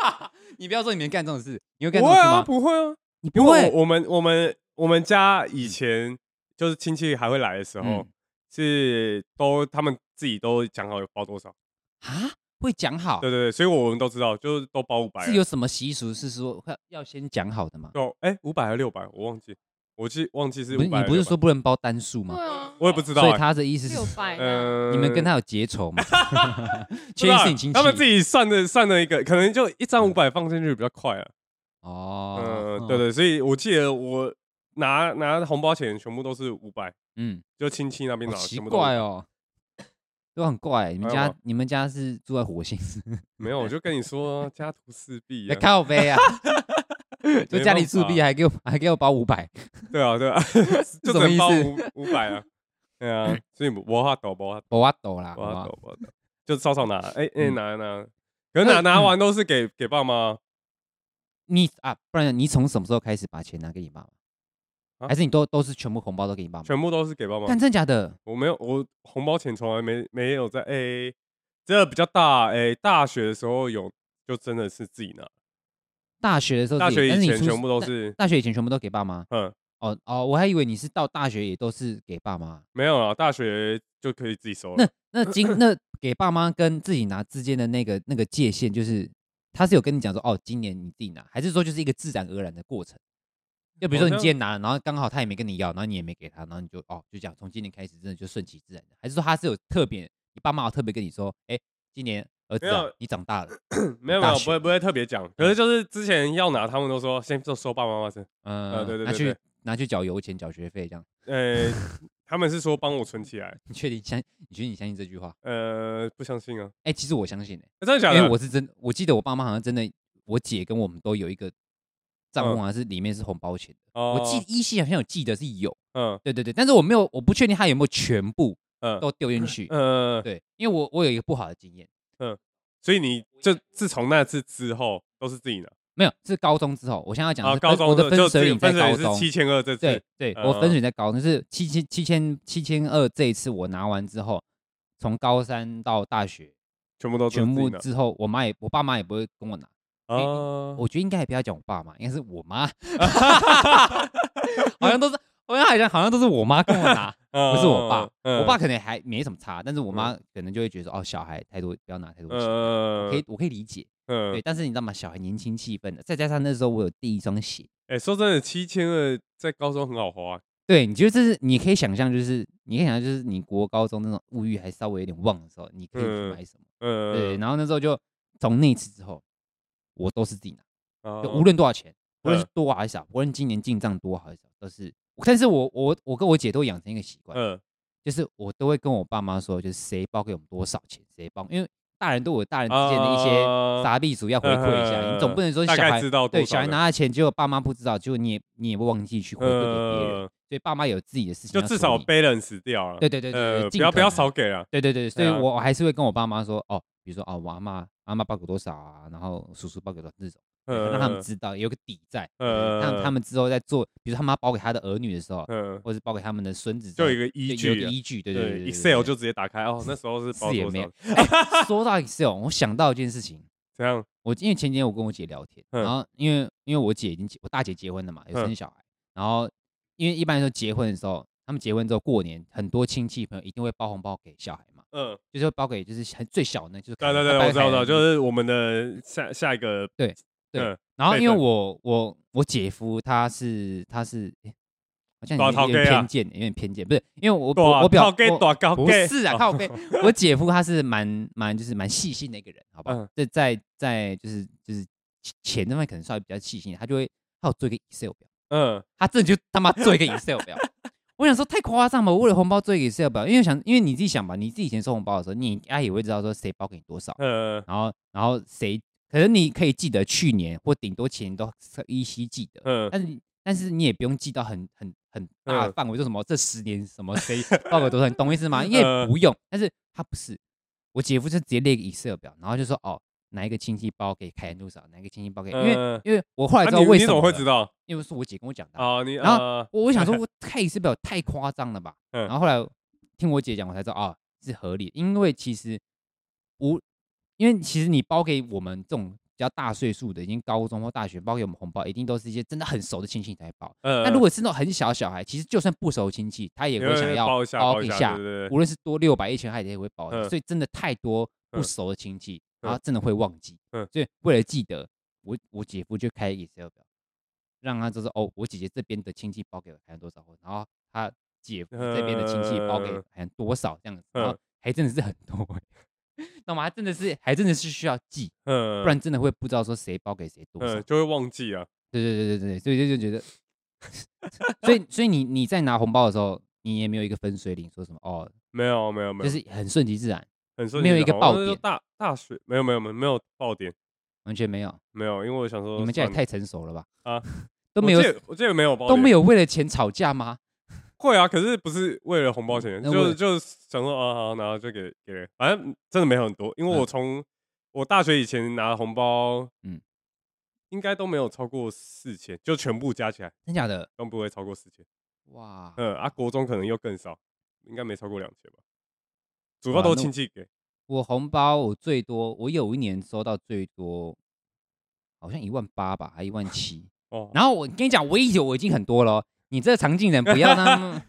你不要说你没干这种事，你会干
不
这
会
种事
啊，
吗？
不会啊，
你
因
不
为
会，
我我们我们我们家以前就是亲戚还会来的时候
嗯，
是都他们自己都讲好有包多少，
啊，会讲好
对，对对，所以我们都知道，就是都包五百。
是有什么习俗是说要要先讲好的吗？
有哎，五百还是六百，我忘记，我记忘记是
不是，
五百。
你不是说不能包单数
对
吗？
啊，
我也不知道
所以
欸，
他的意思是
六，百呢，
嗯
你们跟他有结 仇吗？
不知
确定
道啊
是你亲戚？
他们自己算的算的一个，可能就一张五百放进去比较快啊。
哦，
嗯，对，对，所以我记得我拿拿红包钱全部都是五百，
嗯，
就亲戚那边拿
好
的，
奇
全部都是
怪哦，都很怪。你们
还有
家
吗
你们家是住在 火星？
没有，我就跟你 说，家徒四壁
在
啊。
靠背啊，就家里住
没办
币
法
还给我还给我包五百，
对啊， 对啊， 就只
什么
能
意
包
思
五五百啊。对啊，所以我话抖，我话抖，
我挖抖啦，
我话
啊哇
抖，我抖，就稍稍拿，哎哎
嗯哎
拿拿，可是拿拿完都是给给爸妈。
你啊，不然你从什么时候开始把钱拿给你爸妈？
啊
还是你都都是全部红包都给你爸妈？
全部都是给爸妈。
看真假的？
我没有，我红包钱从来没没有在诶、这比较大诶、大学的时候有，就真的是自己拿。
大学的时候
大
自
学
己，但
以
是你
前
出
全部都
大
是
大学以前全部都给爸妈。
嗯，
哦哦，我还以为你是到大学也都是给爸妈。
没有啊，大学就可以自己收
那
了。
那今那给爸妈跟自己拿之间的那个那个界限，就是他是有跟你讲说，哦，今年你自己拿，还是说就是一个自然而然的过程？就比如
好
说你
像
今天拿了，然后刚好他也没跟你要，然后你也没给他，然后你就哦就讲从今年开始真的就顺其自然的，还是说他是有特别，你爸妈有特别跟你说，哎，今年儿子、
没
啊
有、
你长大了，
没有没
大
有，
学
不会不会特别讲。可是就是之前要拿，他们都说先就收爸爸妈妈先。
嗯、
啊对对
拿
对
去
对
拿去缴油钱、缴学费这样，
呃，他们是说帮我存起来。
你确定相？你确定你相信这句话？
呃，不相信啊，
哎，其实我相信、欸，
欸真的假
因为
的？
我是真，我记得我爸妈好像真的，我姐跟我们都有一个账户，好像啊是里面是红包钱
嗯
的。
哦
我记依稀好像有记得是有，
嗯
对对对，但是我没有，我不确定他有没有全部
嗯
都丢进去。
嗯，
对，因为我我有一个不好的经验，
所以你就自从那次之后都是自己拿。
没有是高中之后，我现在要讲
啊，
是
高
分
中
我的
的就
分
自
水
己
岭在
分水
高
岭是
中，
七千二，这次
对对，
嗯
我分水岭在高中是七千七千七千二这一次我拿完之后，从高三到大学
全部都是
全
自己
部
拿
之后，我妈也我爸妈也不会跟我拿。哎
啊
我觉得应该也不要讲我爸妈，应该是 我妈，好像都是，好像好像好像都是我妈跟我 拿，
不
不是我
嗯
爸，我爸
可
可能还没什么差，但是我
嗯
妈可能就会觉得说，哦，小孩太多，不要拿太多钱，我
呃
可以我可以理解，
嗯
对，，但是你知道吗？小孩年轻气愤的，再加上那时候我有第一双鞋，
哎，说真的，七千二在高中很好花，
对，你觉得这是你可以想象，就是你可以想象，就是你国高中那种物欲还稍微有点旺的时候，你可以
嗯
去买什么，对，
嗯，
然后那时候就从那次之后，我都是自己拿。
啊
就无论多少钱，无
嗯
论是多还是少，无论今年进账多还是少，都是。但是我我我跟我姐都养成一个习惯，
嗯
就是我都会跟我爸妈说，就是谁包给我们多少钱，谁包，因为大人都有大人之间的一些
啊
傻逼主要回馈一下，你总不能说
嗯大
小
概
孩
知道多
对
少
小孩
的
拿了钱，结果爸妈不知道，结果你也你也忘记去回馈给别人，
嗯
所以爸妈有自己的事情
就
要
至
处
少
理
balance 掉了，
对对对对
呃
对，
不
尽
要
可
不要
能
少给了，
对对对，所以
对啊
我我还是会跟我爸妈说，哦，比如说哦，我阿妈阿妈包给多少啊，然后叔叔包给多少这种。
嗯
让他们知道有个底在，
嗯
让他们之后在做，比如他妈包给他的儿女的时候，
嗯，
或者是包给他们的孙子之
就
后，
有一个依
就有
据
个
啊，
依据，对对
对
对
，Excel 就直接打开哦，那时候是包
是也
多
没
少
有，。哎说到 Excel，我想到一件事情，
怎样？
我因为前几天我跟我姐聊天，
嗯
然后因为因为我姐已经结我大姐结婚了嘛，有生
嗯
小孩，然后因为一般来说结婚的时候，他们结婚之后过年，很多亲戚朋友一定会包红包给小孩嘛，
嗯，
就是会包给就是很最小的，就是
对对对，我知道，我知道，就是我们的下下一个
对对
嗯
然后
辈
因为
分
我我我姐夫他是他是，诶好像
大头
有点有点
gay 啊
偏见，有点偏见，不是因为我
对啊
我我表
靠 gay，
我
大靠
不
gay
是啊
哦
靠背，我姐夫他是蛮蛮就是蛮细心的一个人，好不好
嗯？
这在在就是就是钱那方面可能稍微比较细心，他就会他有做一个 Excel 表，
嗯
他真的就他妈做一个 Excel 表。我想说太夸张了，为了红包做一个 Excel 表，因为想，因为你自己想吧，你自己以前收红包的时候，你大家也会知道说谁包给你多少，
嗯
然后然后谁可能你可以记得去年或顶多前年都依稀记得，
嗯，
但是你但是你也不用记到很很很大的
嗯
范围，就什么这十年什么谁报个 多少，你懂我意思吗？因为
呃
不用，但是他不是，我姐夫就直接列个 Excel 表，然后就说哦，哪一个亲戚包给凯恩多少，哪一个亲戚包给，因为
嗯
因为我后来
啊
知道
你
为
你
什
怎么会知
了
道？
因为是我姐跟我讲的啊，
哦，你
然后
呃
我 我想说我看 Excel 表太夸张了吧，
嗯
然后后来听我姐讲，我才知道啊是合理的，因为其实无，因为其实你包给我们这种比较大岁数的，已经高中或大学包给我们红包，一定都是一些真的很熟的亲戚才包。
呃，
那如果是那种很小的小孩，其实就算不熟亲戚，他也
你
会想要
包一下
包
一
一
下，
下
对，对对，
无论是多六百一千，他也会包一下。
嗯
所以真的太多不
嗯
熟的亲戚，
嗯
然后真的会忘记
嗯。
所以为了记得，我我姐夫就开 Excel 表，让他就是哦，我姐姐这边的亲戚包给海洋多少，然后他姐夫这边的亲戚包给
嗯
海洋多少这样子，
嗯
然后还真的是很多、欸， 懂吗？真的是还真的是需要记，
嗯，
不然真的会不知道说谁包给谁多少
嗯。就会忘记啊，
对对对对对，所以就就觉得，所以所以你你在拿红包的时候，你也没有一个分水岭，说什么哦，
没有没有没
就
有，
是很顺其自然，
很顺
没有
利
一
的
个
好像
爆
是
点
大大学没有没有没有没有爆点，
完全没有。
没有，因为我想说
你们家也
算了
太成熟了吧？
啊，
都
我
没有
记得我记得没有爆
都没
有
有为了钱吵架吗？
会啊，可是不是为了红包钱，
嗯那
就
为
是就是想说啊好，然后就给给人，反正真的没有很多，因为我
嗯
从我大学以前拿的红包，嗯
嗯，
应该都没有超过四千，就全部加起来
真假的？
都不会超过四千。
啊哇，
嗯，啊，国中可能又更少，应该没超过两千吧，主
好
要
啊
都
那
亲戚给。
我红包我最多，我有一年收到最多，好像一万八吧，还一万 七。
哦，
然后我跟你讲，我已经我已经很多了哦，你这个常进人不要那么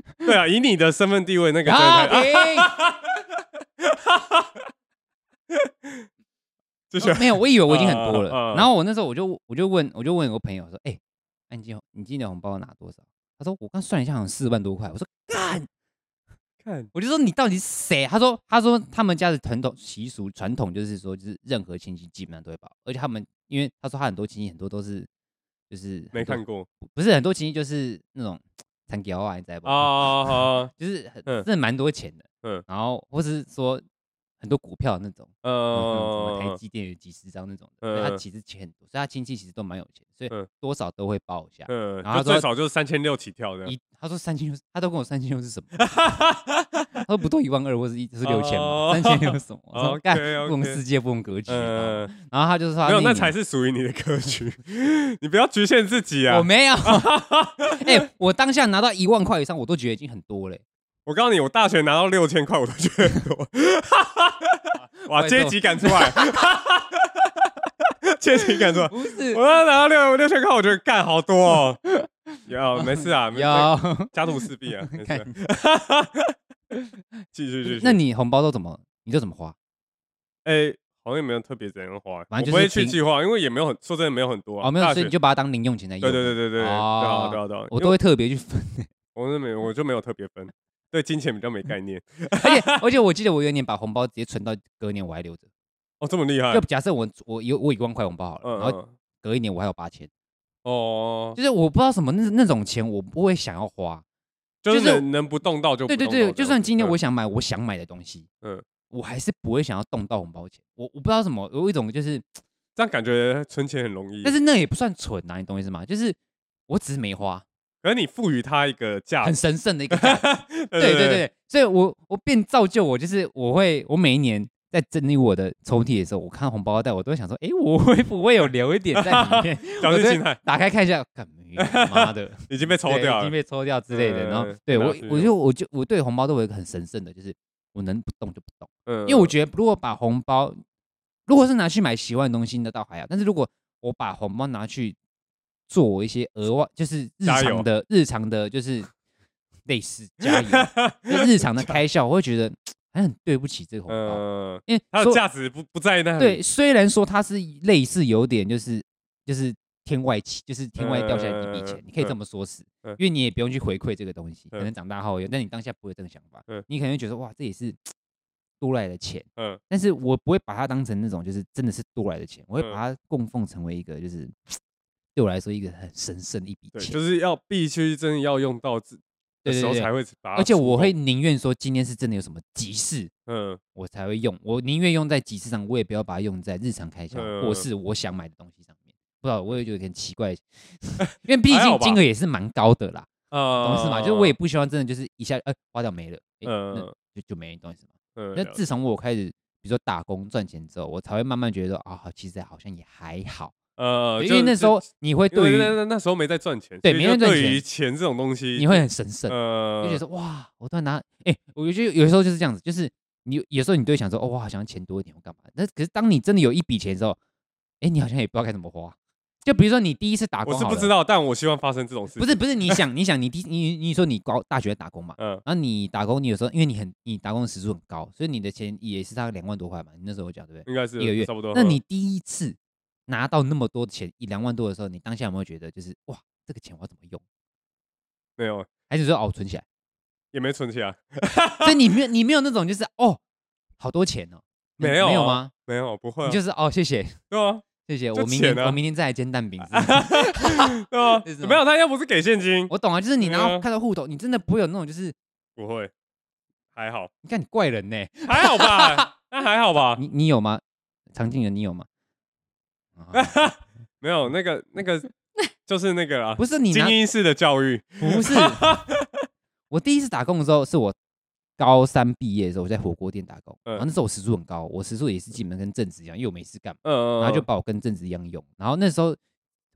对啊，以 你的身份地位，那个真的
啊
太啊
停。
就
哦
是
没有，我以为我已经很多
啊啊啊
了。然后我那时候我就我就问我就问我朋友说，哎、啊你今天你今年红包拿多少？他说我刚算了一下，好像四万多块。我说干，
看
我就说你到底是谁？啊他说他说他们家的传统习俗传统就是说，就是任何亲戚基本上都会包，而且他们因为他说他很多亲戚很多都是就是
没
很多
看 过
不是很多亲戚就是那种残条啊，你知道不？
啊，好
就是很
嗯
真的蛮多钱的，
嗯
嗯，然后或是说很多股票那种。 嗯，什么台
呃，
积电有几十张那种的，所以
嗯
他其实钱很多，所以他亲戚其实都蛮有钱，所
嗯
以多少都会包一下。
嗯，
然
就
后他
最
说
少就是三千六起跳的，
一他说三千六，他都跟我三千六 是什么？他说不都一万二或是一就是六千
哦
嘛，三千六是什么？我
OK，
说干
OK
不同世界不同格局。
哦
啊
嗯，
然后他就是说
没有，那
一
才
年
是属于你的格局， 你不要局限自己啊
我。没 有。哎，我当下拿到一万块以上，我都觉得已经很多欸嘞。
我告诉你，我大学拿到六千块，我都觉得很 多。哇，
拜托
阶级感出来，阶级感出来。
不 是
我要拿到六六千块，我觉得干好多 哦。有没事啊，没事啊，
有
家徒四 壁啊，没事啊。继续继 续。
那你红包都怎么？你都怎么花？
哎，好像也没有特别怎样花，我
反正就是
不会去
平
计划，因为也没有很说真的没有很多啊。
哦，没有，
大
所以
学
你就把它当零用钱在用。
对对对对对，对啊
哦
对啊对啊。
我
因
都
为
会特别去分。
我是没有，我就没有特别分，对金钱比较没概念。
而且而且我记得我有一年把红包直接存到隔年我还留 着。
哦，这么厉害
就。假设我我有我有一万块红包好了，
嗯
然后
嗯。
隔一年我还有八千，
哦，
就是我不知道什么那那种钱我不会想要花。
就是
就是
能能不动到就不
对
动
对
到
对，就算今天
嗯
我想买我想买的东西，
嗯
嗯，我还是不会想要动到红包钱。我我不知道什么，有一种就是，
这样感觉存钱很容易，
但是那也不算蠢啊，你懂我意思吗？就是我只是没花，
可是你赋予它一个价
很
值，
神圣的 一个价值。
啊对
对对对，所以我我便造就我，就是我会我每一年在整理我的抽屉的时候，我看到红包袋，我都会想说，诶，我会不会有留一点在 里面？
侥
我
幸
就
心态
打开看一下，干没有妈的，
已经被抽
对
掉
已
了
经，被抽掉之类的。然后
嗯
对我
很有趣
我就我就我对红包都有一个很神圣的，就是我能不动就不动，
嗯，
因为我觉得如果把红包如果是拿去买喜欢的东西，那倒还好，但是如果我把红包拿去做我一些额外，就是日
加油
常的日常 的，就是类似加油。就日常的开销，我会觉得还很对不起这个红包，
嗯，
因为
它的
说
价值不不在那里，
对，虽然说它是类似有点就是就是天外奇，就是天外掉下来一笔
嗯
钱，你可以这
嗯
么说是，
嗯
因为你也不用去回馈这个东西，可
嗯
能长大后有，但你当下不会有这个想法
嗯，
你可能会觉得哇，这也是多来的钱，
嗯，
但是我不会把它当成那种就是真的是多来的钱，我会
嗯
把它供奉成为一个就是对我来说一个很神圣的一笔
对，
钱
就，是要必须真的要用到自的
对对
时候
对
才会把它
而且我会
出动
宁愿说今天是真的有什么急事，
嗯
我才会用。我宁愿用在集市上，我也不要把它用在日常开销、
嗯
或是我想买的东西上面。不知道，我也觉得有点 奇怪，因为毕
还好
竟
吧
金额也是蛮高的啦，
啊
懂意思吗？就是我也不希望真的就是一下呃花掉没了，诶那
嗯
就就没，懂意思吗？
嗯
那
了
自从我开始比如说打工赚钱之后，我才会慢慢觉得啊，好其实好像也还好，
呃，
因
就
为那时候你会
就因
对
为那
于
那那时候没在赚钱，
对
所以
没
就
在赚
对
钱
于钱这种东西，
你会很神圣，
呃
就觉得说哇，我突然拿，哎、我觉得有时候就是这样子，就是你有时候你都会想说，哦，我好像钱多一点，我干嘛？那可是当你真的有一笔钱之后，哎、你好像也不知道该怎么花。就比如说你第一次打工，
我是不知，道，但我希望发生这种事情。
不是不是，你想你想你第你你说你高大学打工嘛，
嗯
然后你打工，你有时候因为你很你打工的时数很高，所以你的钱也是大概两万多块嘛，你那时候有讲对不对？
应该嗯是
一个月
差不多。
那你第一次拿到那么多的钱，一两万多的时候，你当下有没有觉得就是哇，这个钱我要怎么用？
没有
还是说哦，我存起来？
也没存起啊来，
所以你没有你没有那种就是哦，好多钱哦，你
有啊
没
没
有吗？？
没有，不会啊，
你就是哦，谢谢
对啊，
谢谢，
就
我明天
钱啊
我明天再来煎蛋饼。是 不是
对啊
为什，么
没有，他要不是给现金，
我懂啊，就是你
对
拿到
啊
看到户头，你真的不会有那种就是
不会，还好，
你看你怪人呢、
还好吧，那还 好吧，
你你有吗？常静人你有吗？ 啊
没有那个那 个就是那个啊，
不是你拿
精英式的教育，
不 是，我第一次打工的时候是我高三毕业的时候，我在火锅店打工，
嗯
然后那时候我时速很高，我时速也是基本跟正职一样，因为我没事干嘛，
嗯，
然后就把我跟正职一样用。然后那时候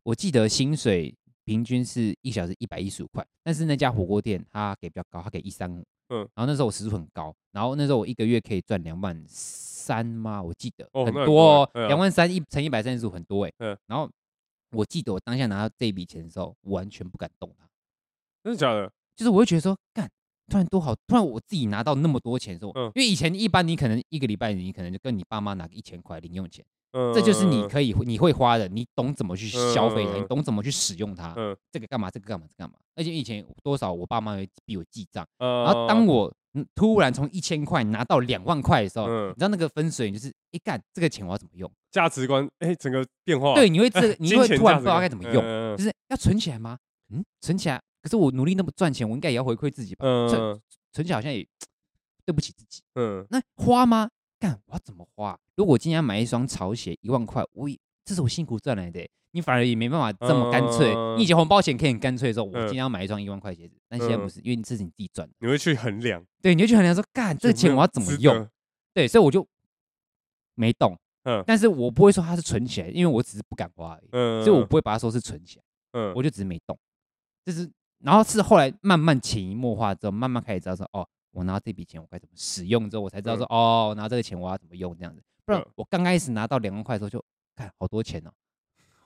我记得薪水平均是一小时一百一十五块，但是那家火锅店他给比较高，他给一三五。
嗯
嗯，然后那时候我时速很高，然后那时候我一个月可以赚两万三吗？我记得、
哦
很
那很
多哦
多欸，对啊
两万三一乘一百三十五很多哎、
嗯
嗯，然后我记得我当下拿到这笔钱的时候，我完全不敢动它。
真的假的？
就是我会觉得说，干，突然多好，突然我自己拿到那么多钱的时候，
嗯
因为以前一般你可能一个礼拜你可能就跟你爸妈拿个一千块零用钱，
嗯，
这就是你可以你会花的，你懂怎么去消费它，
嗯嗯嗯
你懂怎么去使用它，
嗯
这个干嘛，这个干嘛，这个干嘛。而且以前多少我爸妈会逼我记账，
嗯，
然后当我嗯突然从一千块拿到两万块的时候，
嗯
你知道那个分水就是，哎干，这个钱我要怎么用？
价值观哎整个变化，
对，你会这个你
金
会
钱
突然
价
不
值
知道
观
该怎么用。
嗯
就是要存起来吗？嗯，存起来。可是我努力那么赚钱，我应该也要回馈自己吧？存
嗯
存起来好像也对不起自己。
嗯
那花吗？干，我要怎么花？如果今天要买一双潮鞋一万块，我也这是我辛苦赚来的欸，你反而也没办法这么干脆。
嗯
你以前红包钱可以很干脆的说，我
嗯
今天要买一双一万块鞋子，但现在
嗯
不是，因为这是你自己赚的。
你会去衡量
对，你就去衡量说，干这个钱我要怎么
有没有
用
值？
对，所以我就没动。
嗯
但是我不会说它是存起来，因为我只是不敢花而已，
得？嗯，
所以我不会把它说是存起来。
嗯
我就只是没动。就是，然后是后来慢慢潜移默化之后，慢慢开始知道说，哦，我拿到这笔钱我该怎么使用之后，我才知道说，哦，我拿这个钱我要怎么用这样子。不然
嗯
我刚开始拿到两万块的时候就，看好多钱哦，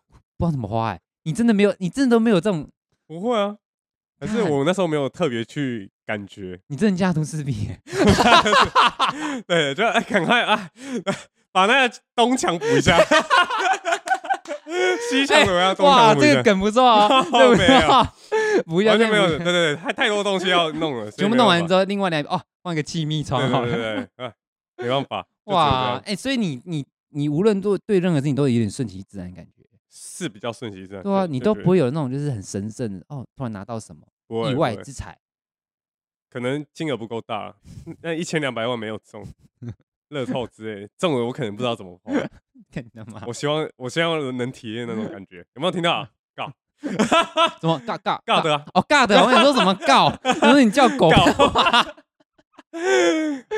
不知道怎么花哎、你真的没有，你真的都没有这种，
不会啊，可是
看
我那时候没有特别去感觉，
你真的家徒四壁 欸、
对，就哎赶快啊， 把那个东墙补一下， 西墙怎么样？东
哎哇，
墙补一
这个
下。
梗不 错啊，
哦没
对不对
有？
不要
完
这
全
样
没有，对
不一样
对对，太太多东西要弄 了，所以
全
没有
部弄完
办
之后，另外两哦，换个气密
法
窗好
对
了。
对 对对，啊没办法，就只有这
哇，
样
哎、所以你你你无论做对任何事情都有点顺其自然的感觉。
是比较顺其自然。
对啊，你
就
都
觉
不会有那种就是很神圣的哦，突然拿到什么
得不会
意
不
外
会
之财，
可能金额不够大，那一千两百万没有中，乐透之类的中了，我可能不知道怎么花。
看你知道吗？
我希望我希望能体验那种感觉，有没有听到 啊？
什么尬尬
尬的啊
哦尬的，我想说什 么尬？哦我说你叫狗，
告。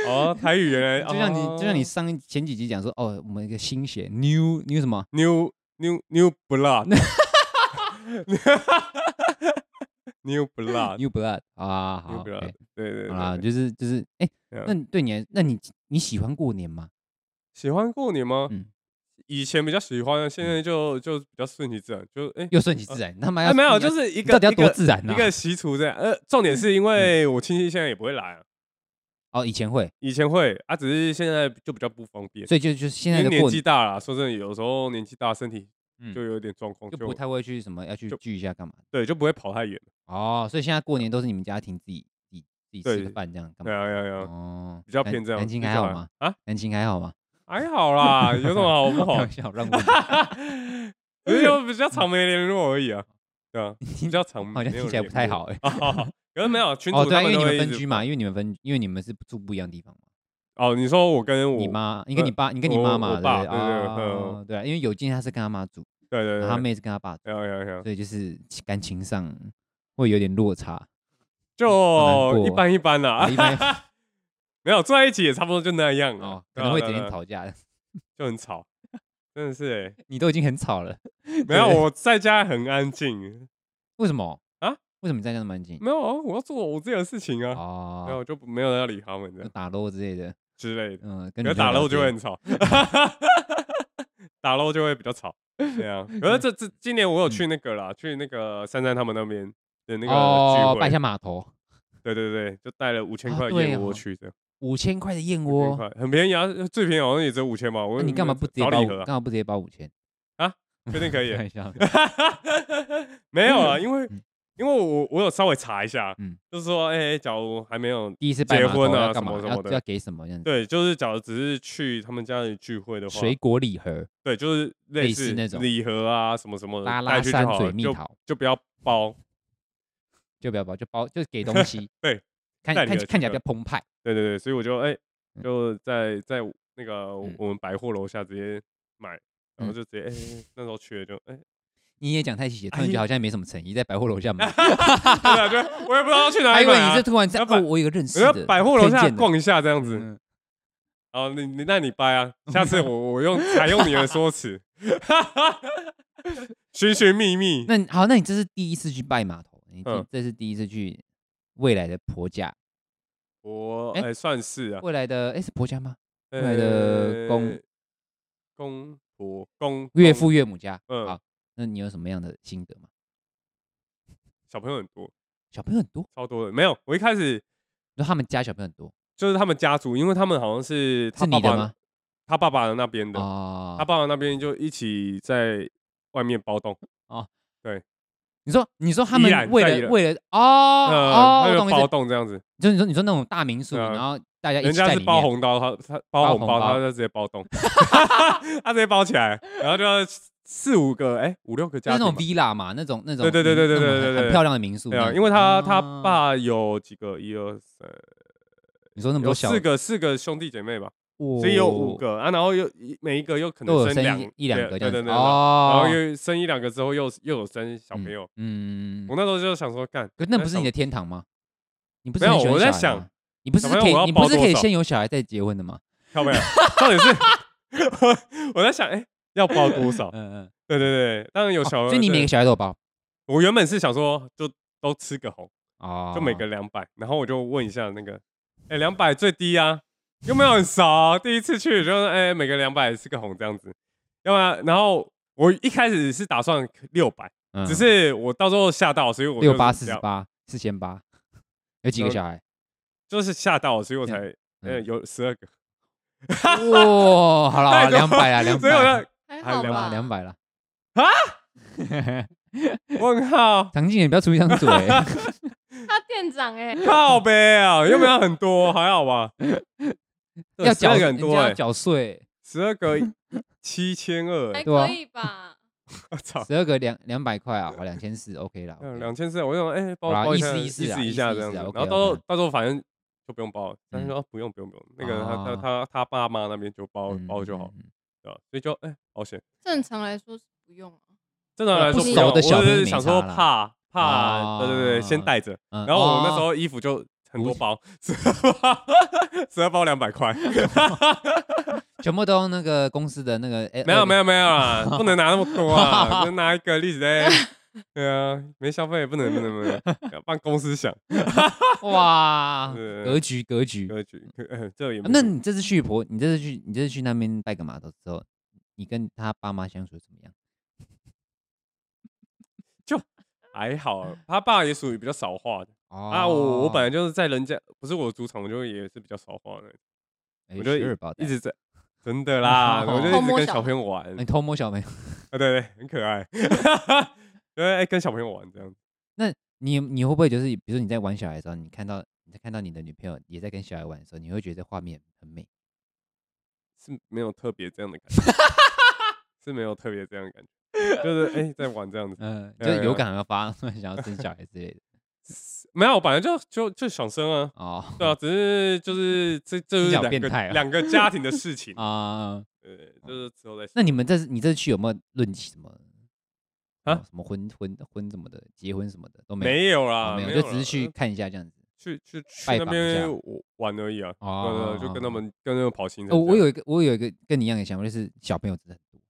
哦，台语原来
就像你就像你
哦
上一前几集讲说哦，我们一个新鞋 new new 什么
new new new 哦 blood new blood，
new blood 啊，好
New blood，
，OK，
对对
好啦，
对，
就是就是哎，
嗯
那你对你来那你你喜欢过年吗？
喜欢过年吗
嗯？
以前比较喜欢，现在就就比较顺其自然，就哎。
又顺其自然，他妈
啊，
要
没有，
你要
就是一
你
个
到底要
一个
多自然啊
一
嗯呢？
个习俗这样。呃，重点是因为我亲戚现在也不会来啊，
哦，以前会，
以前会啊，只是现在就比较不方便，
所以就就是现
因
在
为
的
年
过
纪
年
大了，说真的，有时候年纪大，身体
嗯
就有点状况，
就
就
不太会去什么要去
就
聚一下干嘛的。
对，就不会跑太远。
哦，所以现在过年都是你们家庭自己自己自己吃
对
个饭这样干
对
嘛？
啊，对啊，对啊，
嗯哦，
比较
南
偏这样。
南京
你
还
干
好
嘛
吗？
啊，
南京还好吗？
还好啦， 有什么好不
开
好
玩？笑，让我
只是就比较常没联络而已啊。对 啊，比较长，
好像
没有
听起来不
联
太
络
好哎
啊好好 可是没有群
哦，
主
对、啊，
他
因
们都
为你们
会
分
一直
居嘛，因为你们分，因为你们是住不一样的地方嘛。
哦，你说我跟我
你妈，你跟你爸，你跟你
我
妈
我
嘛，对不
爸
对？
对对
啊，对啊，因为有金他是跟他妈住，
对对
然
对，啊
后他妹是跟他爸住，
有有有，
所以就是感情上会有点 落差。好难
就
过
一般一般啦、
啊一般一般
没有住在一起也差不多就那样啊
哦，可
对
能
啊
会
对啊
整天
对啊
吵架的。
就很吵，真的是哎、
你都已经很吵了，
没有
对
我在家很安静，
为什么
啊？
为什么你在家那么安静？
没有啊我要做我自己的事情啊，然后
哦，
就不没有人要理他们这
就
样
打漏之类的，
之类的，
嗯，
可
跟
是
女
打
漏
漏就会很 吵，打漏就会比较吵，对啊，可是这这今年
嗯
我有去那个啦，去那个珊珊他们那边的那个
哦，
聚
拜一
会，
下码头，
对对对，就带了五千
哦
块
对
燕
哦
窝去这样。
五千块的燕
五千
窝，
块很便宜啊，最便宜好像也只有五千吧。我
那你干嘛不直接
找
包
礼
五？
盒
干
啊？
嘛不直接包五千？
啊，确 定可以
开玩笑
没有啊，因为
嗯
因为我我有稍微查一下，
嗯
就是说，哎、假如还没有
第一 次拜
结
码头
婚啊
要干嘛？
什么什么的
要要给什么这样子？
对，啊就是假如只是去他们家里聚会的话，
水果礼盒，
对，就是
类
类
似
似
那种
礼盒啊什么什么的
拉
带
拉
去就
山
好
水
了，
蜜
就
桃，
就不要包。。
就不要包，就包就给东西
对，
看
带
看
你的
看起来
这个
比较澎湃。
对对对，所以我就哎、
嗯
就在在那个
嗯
我们百货楼下直接买，然后
嗯
就直接哎、那时候去了就哎、
你也讲太细，突然
哎
觉得好像没什么诚意，在百货楼 下买，
对啊，就我也不知道去哪
还
里
以为
买、啊。
你是突然在
要不然
哦，我有个认识
我要
的，
百货楼
推
下
荐的
逛一下这样子。
嗯
哦，你你那你掰啊，下次我我用采用你的说辞， 寻寻觅觅。
那你好，那你这是第一次去拜码头，你
嗯
这这是第一次去未来的婆家，
我哎、
哎
算是啊，
未来的哎是婆家吗？
呃
来的公
公婆公
岳
公
父岳母家。
嗯
好，那你有什么样的心得吗？
小朋友很多，
小朋友很多，
超多的。没有，我一开始
那他们家小朋友很多
就是他们家族，因为他们好像是他
是
爸
你的
爸
吗？
他爸爸的那边的，
哦
他，爸爸那边就一起在外面包栋。
你说你说他
宜
们
兰在宜
为了
兰
为了哦
呃，
哦，
他
我
就
懂意
包
思，
栋这样子，
就是你说你说那种大民宿，
对啊
然后大家一
人
起在
家
里
是
面
包红包，他他包
包
红
红
包，他
包
就直接包动， 他直接包起来，然后就要四五个，哎，五六个
就
家庭
是那种
吧
villa 嘛，那种那种
对对对对对
那种
对对
很
对
很漂亮的民宿
对
那
啊，
样子。
因为他他
啊，
爸有几个，一二三，
你说那么
有
多小，
四个四个兄弟姐妹吧，
所
所以有五个啊，然后又一每一个又可
都
能
有
生
生
两
一一两个这
对
样
对
子
对，然后
哦
又生一两个之后又又有生小朋友，
嗯，
我那时候就想说干，
可那不是你的
的
天堂吗？你不是
没有
很喜欢
我在
小孩吗
想，
你不是
小朋友
可以
我要
你不
包
是
多
可以
少
先有小孩再结婚的吗？
漂亮，到底啊是我我在想，哎，要包多少？
嗯嗯，
对对对，当然有
哦
小，
所以你每
对
个小孩都有包
我原本是想说就都吃个红，
哦，
就每个两百，然后我就问一下那个，哎，两百最低啊，又没有很少、啊，第一次去就是哎每个两百吃个红这样子，要不然然后我一开始是打算六百，
嗯
只是我到时候吓到，所以我就
六
是
八
这
四十
样
八四千八，有几个
然后
小 孩？
就是吓到，所以我才
嗯
呃有十二个，
哇，好了，
太多
哦两百啊啦，两
所以我
百，
还
还
好
两
吧？
两百啦。
啊？问号
唐静也不要出一张嘴，
他店长哎、
靠呗啊，又没有很多，还好吧？ 对
要
十二个
缴
很
人
多
家
哎、
要 缴税，
十二 个七千二，
还
哎，
对啊
可以吧？
我操！
十二个两两百块啊，两千四，OK 啦。
嗯，
OK
两千四，我就想，哎，包
好啦
包一
意
下，
思
意
意思啦
思一
意
下这
思意
样子
思啦。嗯
然后
OK，OK
到时候到时候反正就不用包了。但是说啊不用不用不用，那个他他
哦
他他爸妈那边就包
嗯
包就好，。
嗯嗯
对吧？所以就哎保险，
正常来说是不用啊。
正
呃
常来
不
说不
熟
用，我
的小
只
朋友
是
没
想说
差啦
怕怕，对对对，先
哦
带着。
嗯
然后我那时
哦
候衣服就很多
不
包，十二包十二包两百块，
全部都那个公司的那个，哎
没有没，有没有啊，不能拿那么多啊，就拿一个例子嘞。对啊，没消费不能不能不 能，要帮公司想
二 哇，
对
啊格局格局。
格局， 呃这也没
那
什么
你这次去婆，你这次去，你这次去那边拜个码头之后，你跟他爸妈相处怎么样？
还好啊，他爸也属于比较少话的啊。
啊
我我本来就是在人家不是我的主场，我就也是比较少话的，
来
我就一一
直
直在真的啦，我就一
哦
偷
直
摸
跟
小
小朋友玩，
你
啊
偷摸小朋友，
对对，很可爱， 对，哎跟小朋友玩这样子。
那你你会不会就是，比如说你在玩小孩的时候，你看到你在看到你的女朋友也在跟小孩玩的时候，你会觉得画面很美？
是没有特别这样的感觉，是没有特别这样的感觉。就是哎、在玩这样子，
嗯，就有感而发， 突然想要生小孩之类的。
没有，我本来就就就想生啊，
哦，
对啊，只是就是这这就是
你好
两
变
个
态啊
两个家庭的事 情，
啊，
对，就是之后再
那你们这次你这次去有没有论起什么
啊
什么婚婚婚什么的，结婚什么的都没有
没有
啊
啦，
没
没
有，就只是
啦
去看一下这样子。
去去去
拜
那
访一下
边玩而已啊，
哦
对对，就跟他们跟那个跑行程这
哦，
样。
我有一个我有一个跟你一样的想法，就是小朋友真的很多，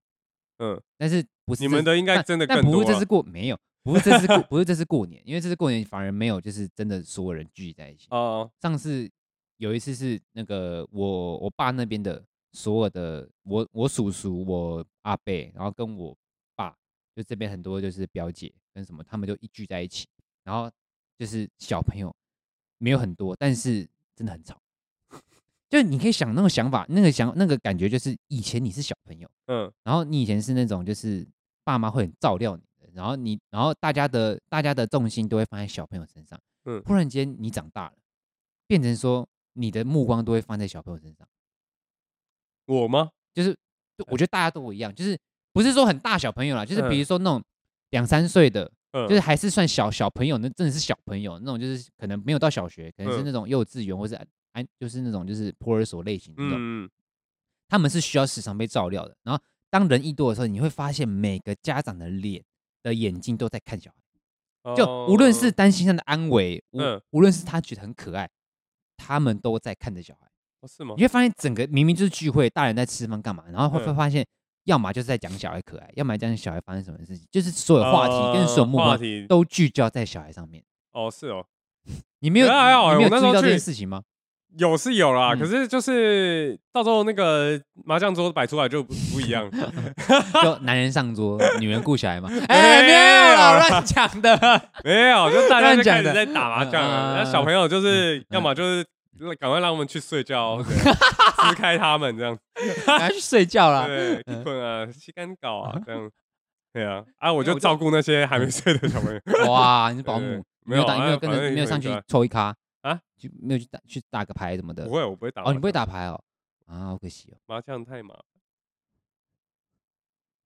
嗯，
但是不是
你
这
们的应该
但
真的
但
更
不是
多
这
啊
次过没有，不是这次过不是这次过年，因为这次过年反而没有就是真的所有人聚集在一起。
啊，
上次有一次是那个我我爸那边的所有的我我叔叔我阿伯，然后跟我爸就这边很多就是表姐跟什么，他们就一聚在一起，然后就是小朋友没有很多，但是真的很吵。 就你可以想那种想法，那个想那个感觉，就是以前你是小朋友，
嗯
然后你以前是那种就是爸妈会很照料你的，然后你然后大家的大家的重心都会放在小朋友身上，
嗯
突然间你长大了，变成说你的目光都会放在小朋友身上，
我吗？
就是就我觉得大家都一样，就是不是说很大小朋友啦，就是比
哎嗯
如说那种两三岁的，
嗯，
就是还是算小小朋友，那真的是小朋友那种，就是可能没有到小学，可能是
嗯
那种幼稚园或是安安就是那种就是托儿所类型那种，
嗯，嗯
他们是需要时常被照料的。然后当人一多的时候，你会发现每个家长的脸的眼睛都在看小孩，
嗯
就无论
哦
是担心他的安危，无
嗯
无论是他觉得很可爱，他们都在看着小孩。
哦是吗
你？会发现整个明明就是聚会，大人在吃饭干嘛，然后会会
嗯
发现。要么就是在讲小孩可爱，要么讲小孩发生什么事情，就是所有话题跟所有
呃
目
话
光
题
都聚焦在小孩上面。
哦是哦，
你没有，
可是还好欸
你没
我
有
那
注
时
意
候
到这件
去
事 情吗？
有是有啦，
嗯
可是就是到时候那个麻将桌摆出来就不不一样。
就男人上桌，女人顾 小孩嘛？哎，没有啦，
没有
乱 讲的。
没有，就大家
乱
就
讲
开始
的
在打麻将
嗯嗯
了。
嗯
那小朋友就是要么就是赶快让我们去睡 觉，对支开他们这样，
赶快去睡觉啦。
对，
嗯哎
一困啊，吸干搞啊，这样。对啊，啊，我就照顾那些还没睡的小朋友。
哇，你是嗯保
对
姆，
没
没有
有
打，你
啊
没有跟
反
着，
正
没有
也
上
很
去
可爱
抽一咖
啊？
就没有去打去打个牌什么的
不？会，我不会打麻
哦，
将。
你不会打牌哦？啊，好可惜哦。
麻将太麻烦。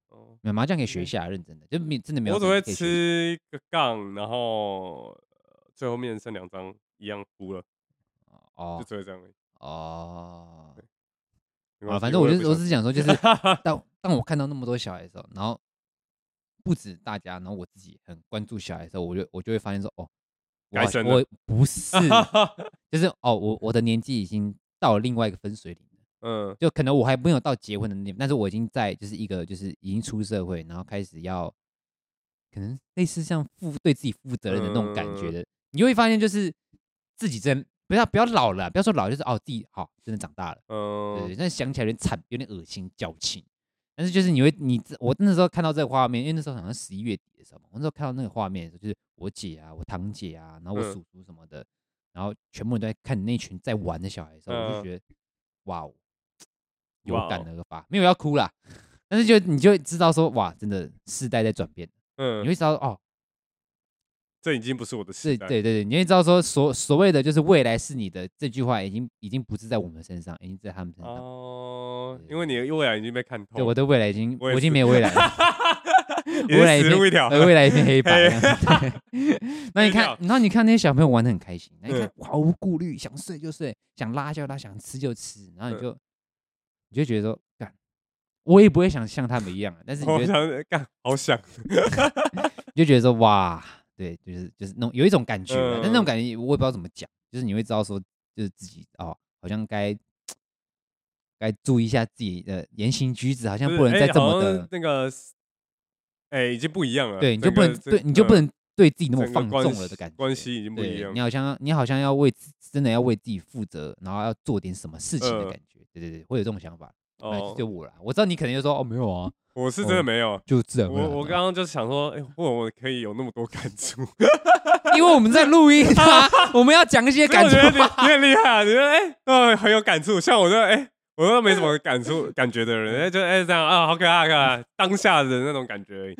哦，
没有麻将可以学一下，认真的，就没真的没有
我只
什
会
么可以学习。
吃一个杠，然后呃最后面剩两张一样输了，就
哦
只会这样而已。
哦，
没关系
好了，啊反正我
也
就
不
我
想
是想说，就是当当我看到那么多小孩的时候，然后不止大家，然后我自己很关注小孩的时候，我就我就会发现说，哦，我
该
好像
生了
我不 是，就是哦，我我的年纪已经到了另外一个分水岭。
嗯
就可能我还没有到结婚的那年，但是我已经在就是一个就是已经出社会，然后开始要可能类似像负对自己负责任的那种感觉的，你就会发现就是自己真不要不要老了啊，不要说老就是哦自己好真的长大了，对对
嗯
对，但想起来有点惨，有点恶心矫情。但是就是你会你我那时候看到这个画面，因为那时候好像十一月底的时候嘛，我那时候看到那个画面的时候，就是我姐啊、我堂姐啊，然后我
嗯
叔叔什么的，然后全部人都在看那群在玩的小孩的时候，我就
嗯
觉得哇哦，有感
哇哦
而发，没有要哭啦， 但是就你就会知道说哇，真的世代在转变，你
嗯，
会知道哦，
这已经不是我的
对
事。
对对对，你会知道说所所谓的就是未来是你的这句话已经已经不是在我们身上，已经在他们身上。
哦，
对
因为你的未来已经被看透
对，
了，
我的未来已经，
我
我
也
已经
是
没有未来了，
也
未来
是
已
死
经
路一条。
呃未来一片黑白。
黑
对 那你看
黑条，
然后你看那些小朋友玩的很开心，那你看
嗯
毫无顾虑，想睡就睡，想拉就拉，想吃就吃，然后
嗯
你就你就觉得说，干，我也不会想像他们一样啊，但是你
我
觉得
想干，好想，
你就觉得说，哇，对，就是就是那种有一种感觉啊，但那种
嗯
感觉我也不知道怎么讲，就是你会知道说，就是自己哦，好像该。该注意一下自己的言行举止，好像
就是
不能
哎
再这
好
么
像
的
那个，哎，已经不一样了。
对，你就
整
不
个
能
这
对，你就不
嗯
能对自己那么
整个
放
关
纵了
系
的感觉，
关系已经不一
对
样
你。好像你好像要为自真的要为自己负责，然后要做点什么事情的
嗯
感觉，对对对，会有这种想法。那
哦
就，我啦，我知道你可能就说哦没有啊，
我是真的
哦
没有。
就自然会
我
啊。
我
这
刚
样
刚就想说，哎，或我可以有那么多感 触，
因为我们在录音 啊，我们要讲一些感
所以我觉得
觉
你
嘛。
你很厉害啊！你说哎，呃，很有感触。像我这哎，我都没什么感触感觉的人，哎，就哎这样啊，好可爱，好可爱，当下的那种感觉 而已。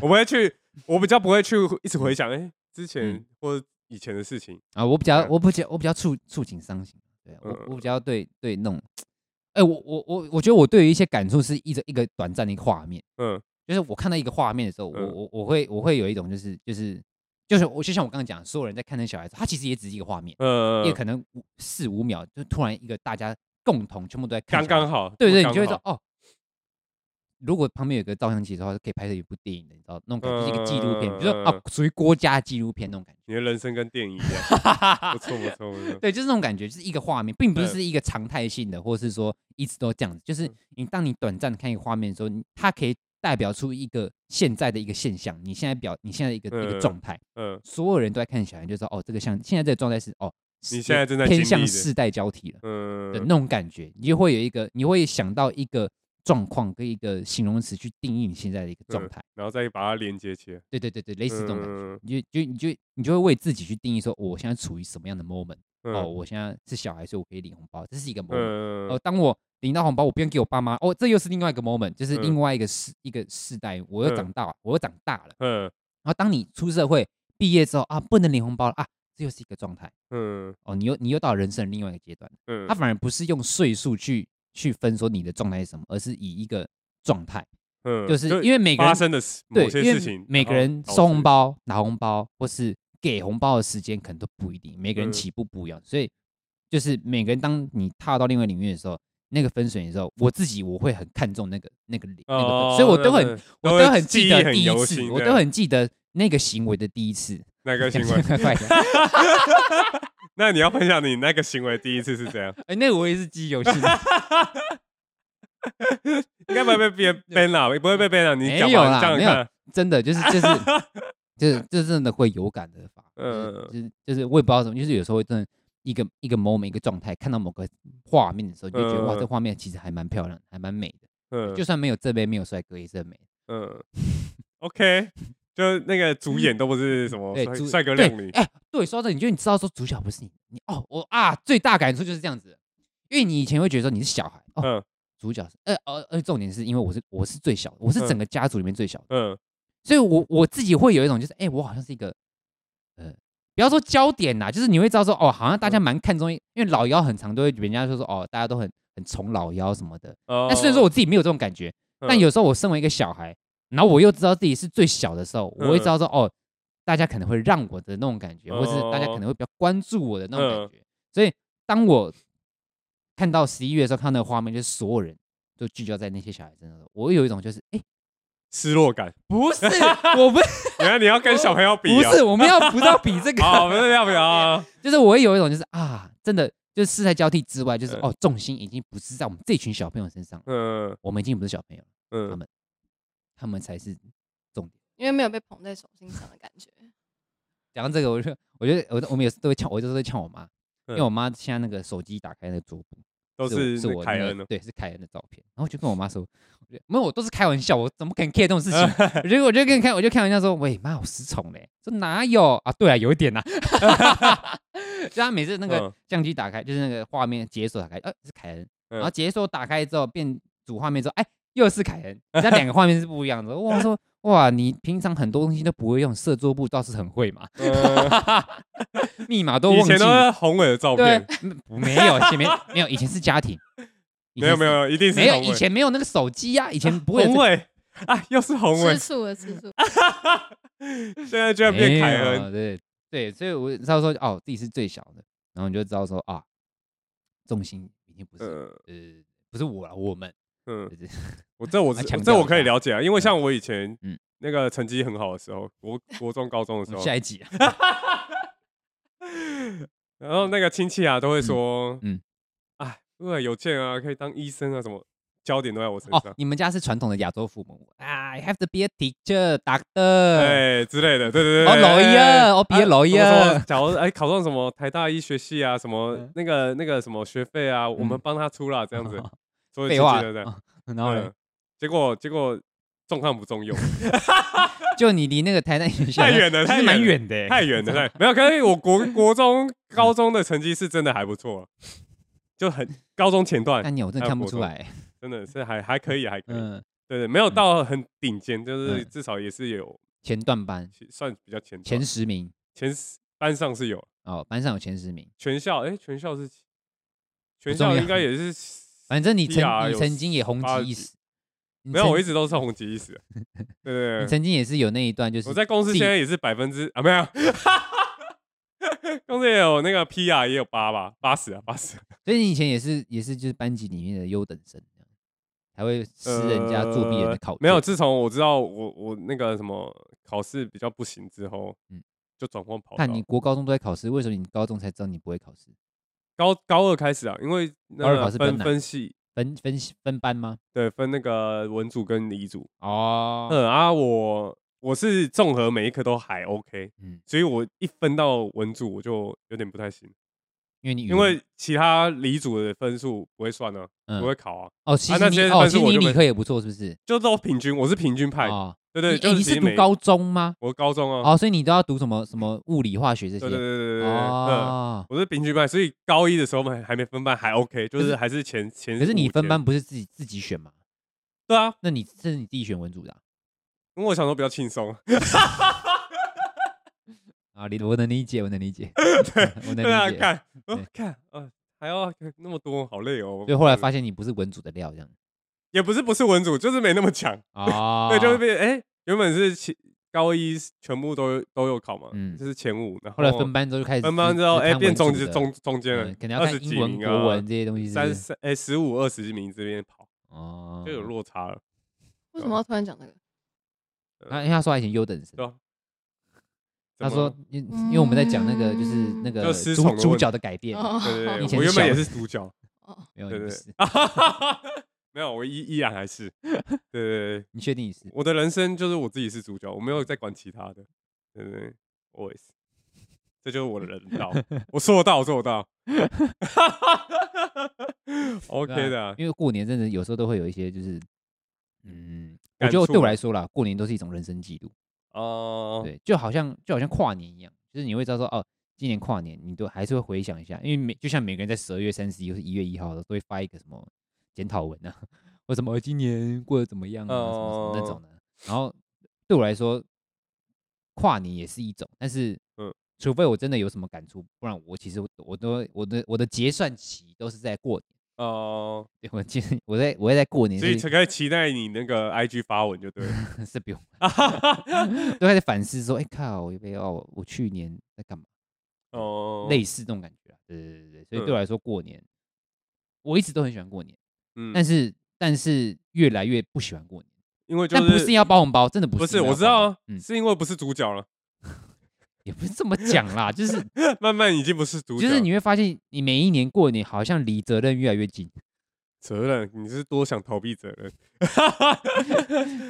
我不会去，我比较不会去一直回想哎之前
嗯
或者以前的事情。
啊，我比较
嗯
我比较我比较触触景伤情，对我我比较对对那种，哎我我我我觉得我对于一些感触是一个一个短暂的一个画面，
嗯，
就就是我看到一个画面的时候，我
嗯
我我会我会有一种就是就是就是我就像我刚刚讲，所有人在看那小孩子，他其实也只是一个画面，
呃
也，可能五四五秒，就突然一个大家共同全部都在看
刚
小
刚
孩
好，
对对，
刚
你就会知
好
道哦。如果旁边有个照相机的话，可以拍成一部电影的，你知道那种感觉，就是一个纪录片，比如说
嗯嗯嗯
啊，属于郭家纪录片那种感
你的人生跟电影一样，
觉。
不错不错不错。
对，就是那种感觉，就是一个画面，并不
嗯
是一个常态性的，或是说一直都这样子。就是你当你短暂地看一个画面的时候，你它可以代表出一个现在的一个现象，你现在表你现在的一个一
嗯
个状态。
嗯，
所有人都在看小孩，就知道哦，这个像现在这个状态是哦，
你
是
现在正在
偏
经历
向
的
世代交替了。的
嗯
那种感觉，你就会有一个，你会想到一个状况跟一个形容词去定义你现在的一个状
嗯
态。
然后再把它连接起来，
对对对对，类似这种感觉，
嗯
你就就你就你就会为自己去定义说，哦我现在处于什么样的 moment？哦，
嗯
我现在是小孩，所以我可以领红包，这是一个 moment。
嗯
哦，当我领到红包，我不用给我爸妈，哦，这又是另外一个 moment，就是另外一个世一个世代，我又
嗯
长大了，我又长大了。
嗯
然后当你出社会毕业之后啊，不能领红包了啊，这又是一个状态。
嗯
哦，你又你又到了人生的另外一个阶段。
嗯，
它反而不是用岁数去去分说你的状态是什么，而是以一个状态，
嗯
就是因为每个
发
人
生的事
对
某，些
因
事
为
情，
每个
然后
人
导
收红
致，
包、拿红包或是给红包的时间可能都不一定，每个人
嗯
起步不一样，所以就是每个人当你踏到另外领域的时候。那个分水的时候，我自己我会很看重那个那个领那个分
哦
所以我都很
嗯
我
都
都
会
很
记
记
忆
得
很
第
犹
一次，
新
我
这
都
样
很记得那个行为的第一次。
那个行为。
快快点！
那你要分享你那个行为第一次是怎样？
哎，那个我也是记忆犹新的。
应该不会被 别人 ban 啦，不会被 ban 啦。你
没
讲
有
吧，
啦
你这样
没有
看，
真的就是 就是就是就是真的会有感而发，
嗯
嗯，就是就是我也不知道怎么，就是有时候会真的一个一个 moment 一个状态，看到某个画面的时候，你就觉得、哇，
嗯
这画面其实还蛮漂亮，还蛮美的，
嗯
就算没有这边没有帅哥也是很美的。
嗯，OK，就那个主演都不是什么
对，
哦帅
主
帅哥
对
靓女，
哎、对，说到这，你就你知道说主角不是你，你哦，我啊最大感触就是这样子，因为你以前会觉得说你是小孩，哦，
嗯
主角是，呃呃呃，重点是因为我是我是最小的，我是整
嗯
个家族里面最小的。
嗯
所以我我自己会有一种就是，哎、我好像是一个，呃，不要说焦点啦，就是你会知道说，哦，好像
嗯
大家蛮看重，因为老妖很常都会人家就说，哦，大家都很很宠老妖什么的。
哦。
但虽哎然说我自己没有这种感觉，但
嗯
有时候我身为一个小孩，然后我又知道自己是最小的时候，我会
嗯
知道说，哦，大家可能会让我的那种感觉，或是大家可能会比较关注我的那种
哦嗯
感觉。所以当我看到十一月的时候，看到那个画面，就是所有人都聚焦在那些小孩身上的时候，我会有一种就是，哎、
失落感，
不是，我不是。
原来你要跟小朋友比
不
啊？
是，我们要不要 比这个？
哦，不是要不要啊？
就是我会有一种就是啊，真的就是世代交替之外，就是、
嗯
哦，重心已经不是在我们这群小朋友身上了，
嗯
我们已经不是小朋友了，
嗯，
他们才是重点。
因为没有被捧在手心上的感 觉。
讲到这个，我就我觉得我我们有时都会呛，我有时候都会呛我妈，因为
嗯
我妈现在那个手机打开那个桌布
都
我
是
是
那
我
凯
那个
恩哦。
对，是凯恩的照片，然后我就跟我妈说，我觉得没有，我都是开玩笑，我怎么可能 care 这种 事情？我就我就跟开，我就开玩笑说，喂妈，我失宠嘞，说哪有啊？对啊，有一点呐、啊。 就他每次那个
嗯
相机打开，就是那个画面解锁打开，呃，是凯恩，
嗯
然后解锁打开之后变主画面之后，哎，又是凯恩，这两个画面是不一样的。哇，我说哇，你平常很多东西都不会用，射桌布倒是很会嘛，
嗯
密 码都忘
以
记
前。都是宏伟的照
对
片，，
嗯没有，前面没有，以前是家庭，以
没
前
有
是
没有，一定是
没有，
宏伟
以前没有那个手机啊，以前不会有这
宏伟啊，又是宏伟
吃，醋了，吃醋。
啊现在居然变凯恩，
没有对对，所以我知道说哦，自己是最小的，然后你就知道说啊，重心已经不是、
嗯
呃不是我了，我们
嗯
就，是
我这我
还
是
强
这
调
我
一
可以
下
了解啊，因为像我以前
嗯
那个成绩很好的时候，国国中高中的时候，
下一集啊，
然后那个亲戚啊都会说，嗯
嗯，
哎，为了有钱啊，可以当医生啊，什么焦点都在我身
哦
上，，
你们家是传统的亚洲父母，I 啊 have to be a teacher, doctor。
哎之类的，对对对，
哦
对
老一
哎
啊哦毕业
啊
老一啊
什么什么假如哎考 上什么台大医学系啊，什么
嗯
那个那个什么学费啊，我们
嗯
帮他出啦，这样子，所以
哦废话，
对对，
哦然后呢
嗯，结果结果重看不 重用，
就你离那个台南学校
太远了
还
太
是蛮
远了
远的欸，
太远了，太哎没有。可是我国国中、高中的成绩是真的还不错，就很高中前段
但你我真的
还有
看不
国
出
中
来，
真的是还还可以，还可以。
嗯，
对对，没有到很顶尖，就是
嗯
至少也是有
前段班
算比较前段
前十名
前十班上是有
哦，班上有前十名，
全校，哎，全校是全
不重
校
要
应该也是
反正你
是啊
曾你
有
曾经也红
八
极
几
一时，没
没有，我一直都是红极一时。啊对对
你
对，
曾经也是有那一段，就是
我在公司
自己
现在也是百分之啊，没有，公司也有那个 PR 也有八吧，八十啊，八十。
所以你以前也是也是就是班级里面的优等生，还会撕人家作弊人的考
呃没有，
卷
自从我知道我我那个什么考试比较不行之后，
嗯
嗯，就转换跑道
看。你国高中都在考试，为什么你高中才知道你不会考试？
高高二开始啊，因为
高
那
二考
个
试
分
分哪
分系，
分分分班吗？
对，分那个文组跟理组。
哦，
嗯啊，我我是综合每一科都还 OK，
嗯，
所以我一分到文组我就有点不太行，
因为你语
因
文
为其他理组的分数不会算啊，
嗯
不会考啊，
哦，其
啊
实
那
你
些
哦，
分
其
数
实
我
你
就
理
没
科也不错，是不是？
就都平均，我是平均派，
哦，
对
你
对，
哎
就
你
其
是
实
读
每
高中吗？
我高中啊，
哦，所以你都要读什么什么物理、化学这些？
对对对对对对，嗯。
哦，
我是平均班，所以高一的时候还还没分班，还 OK，就
可是
是还是前前。
可是你分班？不是自己自己选吗？
对啊，
那你这是你自己选文组的啊
因为我想说比较轻松。
啊？理我能理解，我能理解，我能
对啊，
理解。
看，哦看，呃，还要那么多，好累哦。
所以后来发现你不是文组的料，这样
也不是不是文组，就是没那么强。
啊
对，就是被哎，原本是其高一全部都有都有考嘛，
嗯
就是前五，然后
后来分班之后就开始
分班
只
之后，
只
哎，
看
变
文
中
组的
中中间了
嗯，可能要
二十
看
几
英文、
名
国
啊
文，这些东西是不
三
是
三哎十五二十名这边跑，
哦，
就有落差了。
为什么要突然讲这个？
他因为他说他以前优等生
对，啊
他
怎么
说
了
因因为我们在讲那个就是那
嗯
个
就失宠
主
的
主
问
角
题
的改变，
哦
对 对
以前
对，我原本
是小
也
的
是主角。
哦，
没有
对
你不
对
是，
对， 没有，我依依然还是， 对对对，
你确定你是？
我的人生就是我自己是主角，我没有在管其他的，对对对，always，这就是我的人 道，我做到，我做到
对
，OK
啊
的啊，
因为过年真的有时候都会有一些就是，嗯，我
感
觉得
触
对
啊
我
吗
来说啦，过年都是一种人生记录，
哦，
对，就好像就好像跨年一样，就是你会知道说哦。今年跨年，你都还是会回想一下，因为每就像每个人在十二月三十一或是一月一号的，都会发一个什么检讨文啊， 或什么今年过得怎么样啊，什么什么那
哦
种的。然后对我来说，跨年也是一种，但是
嗯
除非我真的有什么感触，不然我其实我我都我的我的结算期都是在过年，
哦，
对我今我在我会在过年，
所以才可以期待你那个 IG 发文就对 了，
是不用，都开始反思说，哎、靠，我要不要我去年在干嘛？
哦，
类似这种感觉、啊，对对对对，所以对
嗯
我来说，过年我一直都很喜欢过年，
嗯，
但是但是越来越不喜欢过年，
因为就
但不是要包红包，真的不是，
不是，
因为
我
要
知
包
道
红包
啊
嗯，，
是因为不是主角了，
也不是这么讲啦，就是
慢慢已经不是主角
就
了，
是你会发现，你每一年过年好像离责任越来越近，
责任，你是多想逃避责任。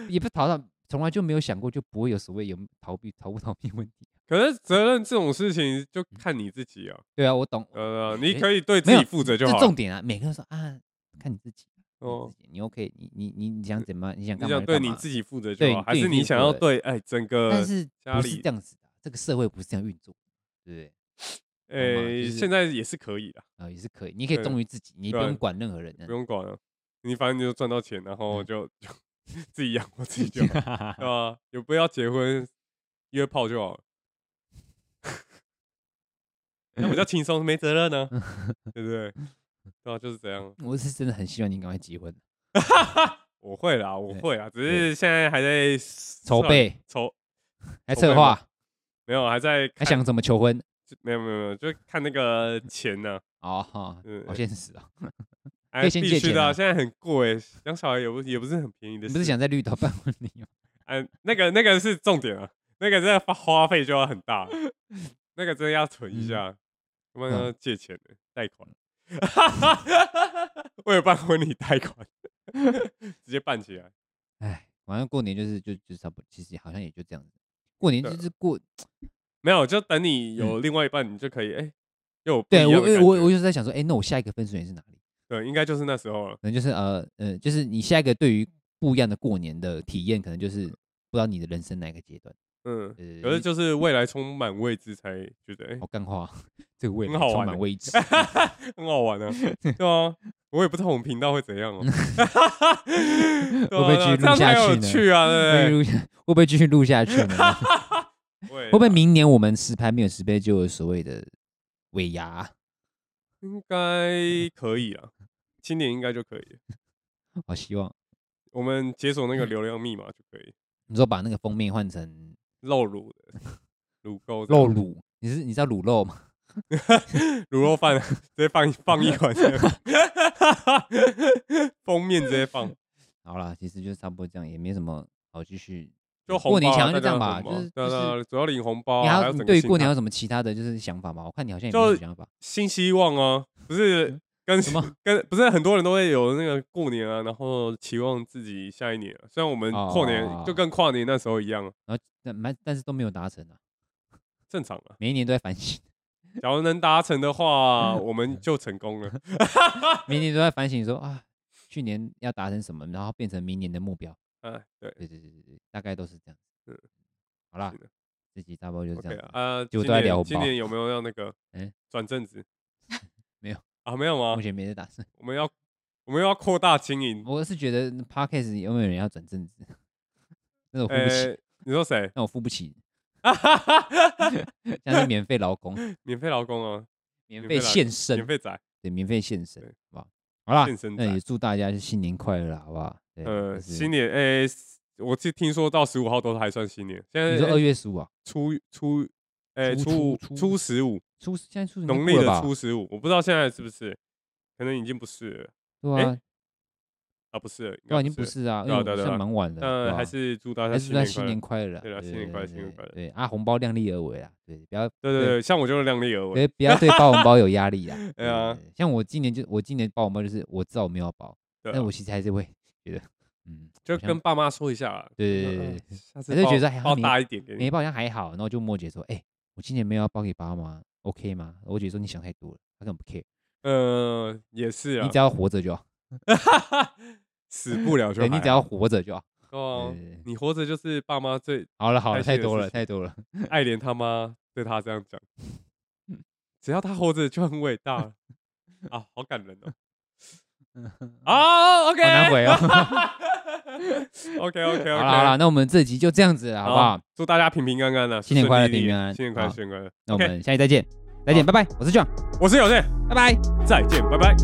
也不逃到从来就没有想过，就不会有所谓有逃避逃不逃避问题。
可是责任这种事情
嗯
就看你自己啊，
对啊，我 懂，
呃，你
诶
可以对自
没有
己负责就
这
好
重
了。
点啊，每个人说啊，看你自己。你
哦
自，己你 OK，你你你你想怎么？你想
你
干嘛？
想对你自
己，
己负责
对
就好，还
对
是
你自己
你想要
负责
对哎整个
但是
家
不是
里
这样子的？这个社会不是这样运作的，对不对？懂吗就
哎
是
现在也是可以的，
啊，也是可以，你可以
对
忠于自己，你不
对啊
用管任何人。
不用管了，你反正你就赚到钱，然后就就自己养活自己就好，对
嗯
吧？也不要结婚约炮就好了，那比较轻松，没责任 呢，对不对？对啊，就是这样。
我是真的很希望你赶快结婚，
我会啦，我
对
会啦，只
对
是现在还在
筹
算
备
筹，
还
啊筹
策
备
划，
没有还在
还
看
想怎么求婚？
就没有没有没有，就看那个钱呢、
哦，哈
嗯
好现实啊！可
哎，
以先
必
借
须
钱
的、
啊
现在很贵，养小孩也不也不是很便宜的
你
事。
不是想在绿岛办婚礼吗？
哎，那个那个是重点啊，那个真的花花费就要很 大，那个真的要存
嗯
一下，要不然要借钱的贷款。 为了办婚礼贷款，直接办起来。
哎，反正过年就是就就差不多，其实好像也就这样子。过年
对啊
就是过，
没有，就等你有另外一半，你就可以哎、又有不
嗯对
一
我
样的感
我我
觉
就是在想说，哎，那我下一个分水岭是哪里？
对，应该就是那时候了。
可能就是呃呃，就是你下一个对于不一样的过年的体验，可能就是不知道你的人生哪一个阶段。
嗯，
呃，
可是就是未来充满未知，才觉得哎、
好干话， 这个未
很
来
好
充
玩
满
欸
未知。
很好玩啊，对啊，我也不知道我们频道会怎 样哦、对啊
会不会继续
这样
录下
才
去
有
呢
趣啊，对
会
不
录下会不会继续录下去 呢？
对？会啊
会
不
不会明年我们十拍没有十杯就有所谓的尾牙？
应该可以啊？今年应该就可以了，
好希望
我们解锁那个流量密码就可以
你说把那个封面换成
露乳的乳沟这样
露乳，你是你知道卤肉吗？
卤肉饭，直接放 一放一碗这样， 封面直接放，
好啦，其实就差不多这样，也没什么好继续。
就红包啊
过年前就
大
这
家
样
有
吧，
红
就
包
是
对
就
啊对
是
啊主要领红包
你
啊，还
还有
整
你
个
对于
心
过年
态
有什么其他的就是想法吗？我看你好像也没
就
有想法。
新希望啊，不是跟
嗯什么
跟不是很多人都会有那个过年啊，然后期望自己下一年、啊。虽然我们过年、
哦
就跟跨年那时候一样啊，
然后但蛮但是都没有达成啊，
正常 啊。
每一年都在反省，
假如能达成的 话，我们就成功了。
每一年都在反省说啊，去年要达成什么，然后变成明年的目标。
哎，对
对对对对对，大概都是这样
嗯
子。好啦
是的，
这集差不多就这
，OK
样
啊
子。
啊，
结
今
果都在
年
聊红
今
包
年有没有要那 个
哎
转正职？
没有
啊，嗯没有吗
目？前没得打算。
我们要我们要扩大经营。
我是觉得 podcast 有没有人要转正职？ 那 我付不起，
哎，你说谁？
那我付不起，像是免费劳 工、
免费劳工啊，
免
免
费
费劳
现
免
身，
费仔。
对，免费现身
对，
好不好？好啦
现身，
那
仔
也祝大家新年快乐啦，好不好？对
呃，
就是
新年哎，我是听说到十五号都还算新年，现在
你说
哎
二月十五啊，
初初，哎，
初
初
初初
初十五，
初现在初
农历的初
初，
十五，我不知道现在是不是，可能已经不是了
对啊，
啊，不是了，应
对啊，
该
已经不
了。
是啊，因
对啊
为
对啊对啊
算蛮晚了，对
但
吧
还是祝大家
还是
新
祝大
年
家新
快乐
年。快乐啦，
对啦新年快乐新年快乐
对啊，红包量力而为啦，对，不要
对对对，像我就是量力而为。。
对，不要对包红包有压力啦 对
对啊，
对对像我今年就我今年包红包就是我知道我没有要包，
对啊
但我其实还是会 觉得，嗯，
就
好像
跟爸妈说一下啦。
对对
就
对
说
对
哎
对
下
还
次
是
包
觉得还好
包
你
大一点给
没
你。
包好像还好，然后就莫姐说，哎，我今年没有要包给爸妈，OK 吗？我姐说你想太多了，她根本不 care，
呃，也是啊
你只，要活着就好，
死不了就
对你
还
只
好
要活着就好。
哦
对对对，
你活着就是爸妈最
好了好了，
开
太
心的
多
事
了
情
太多了，
爱莲他妈对他这样 讲，
嗯
只要他活着就很伟大了啊，好感人 哦。啊，OK，
好难 回哦
OK OK
好了好了，
OK，
那我们这集就这样子了，好不好？？
祝大家平平安安的，
新年快乐
顺顺利利
平平安安
新年快乐，
好
新年快乐。
那我
OK
们下期再见，再见，拜拜，我是 John，
我是有健，
拜拜。
再见，拜拜。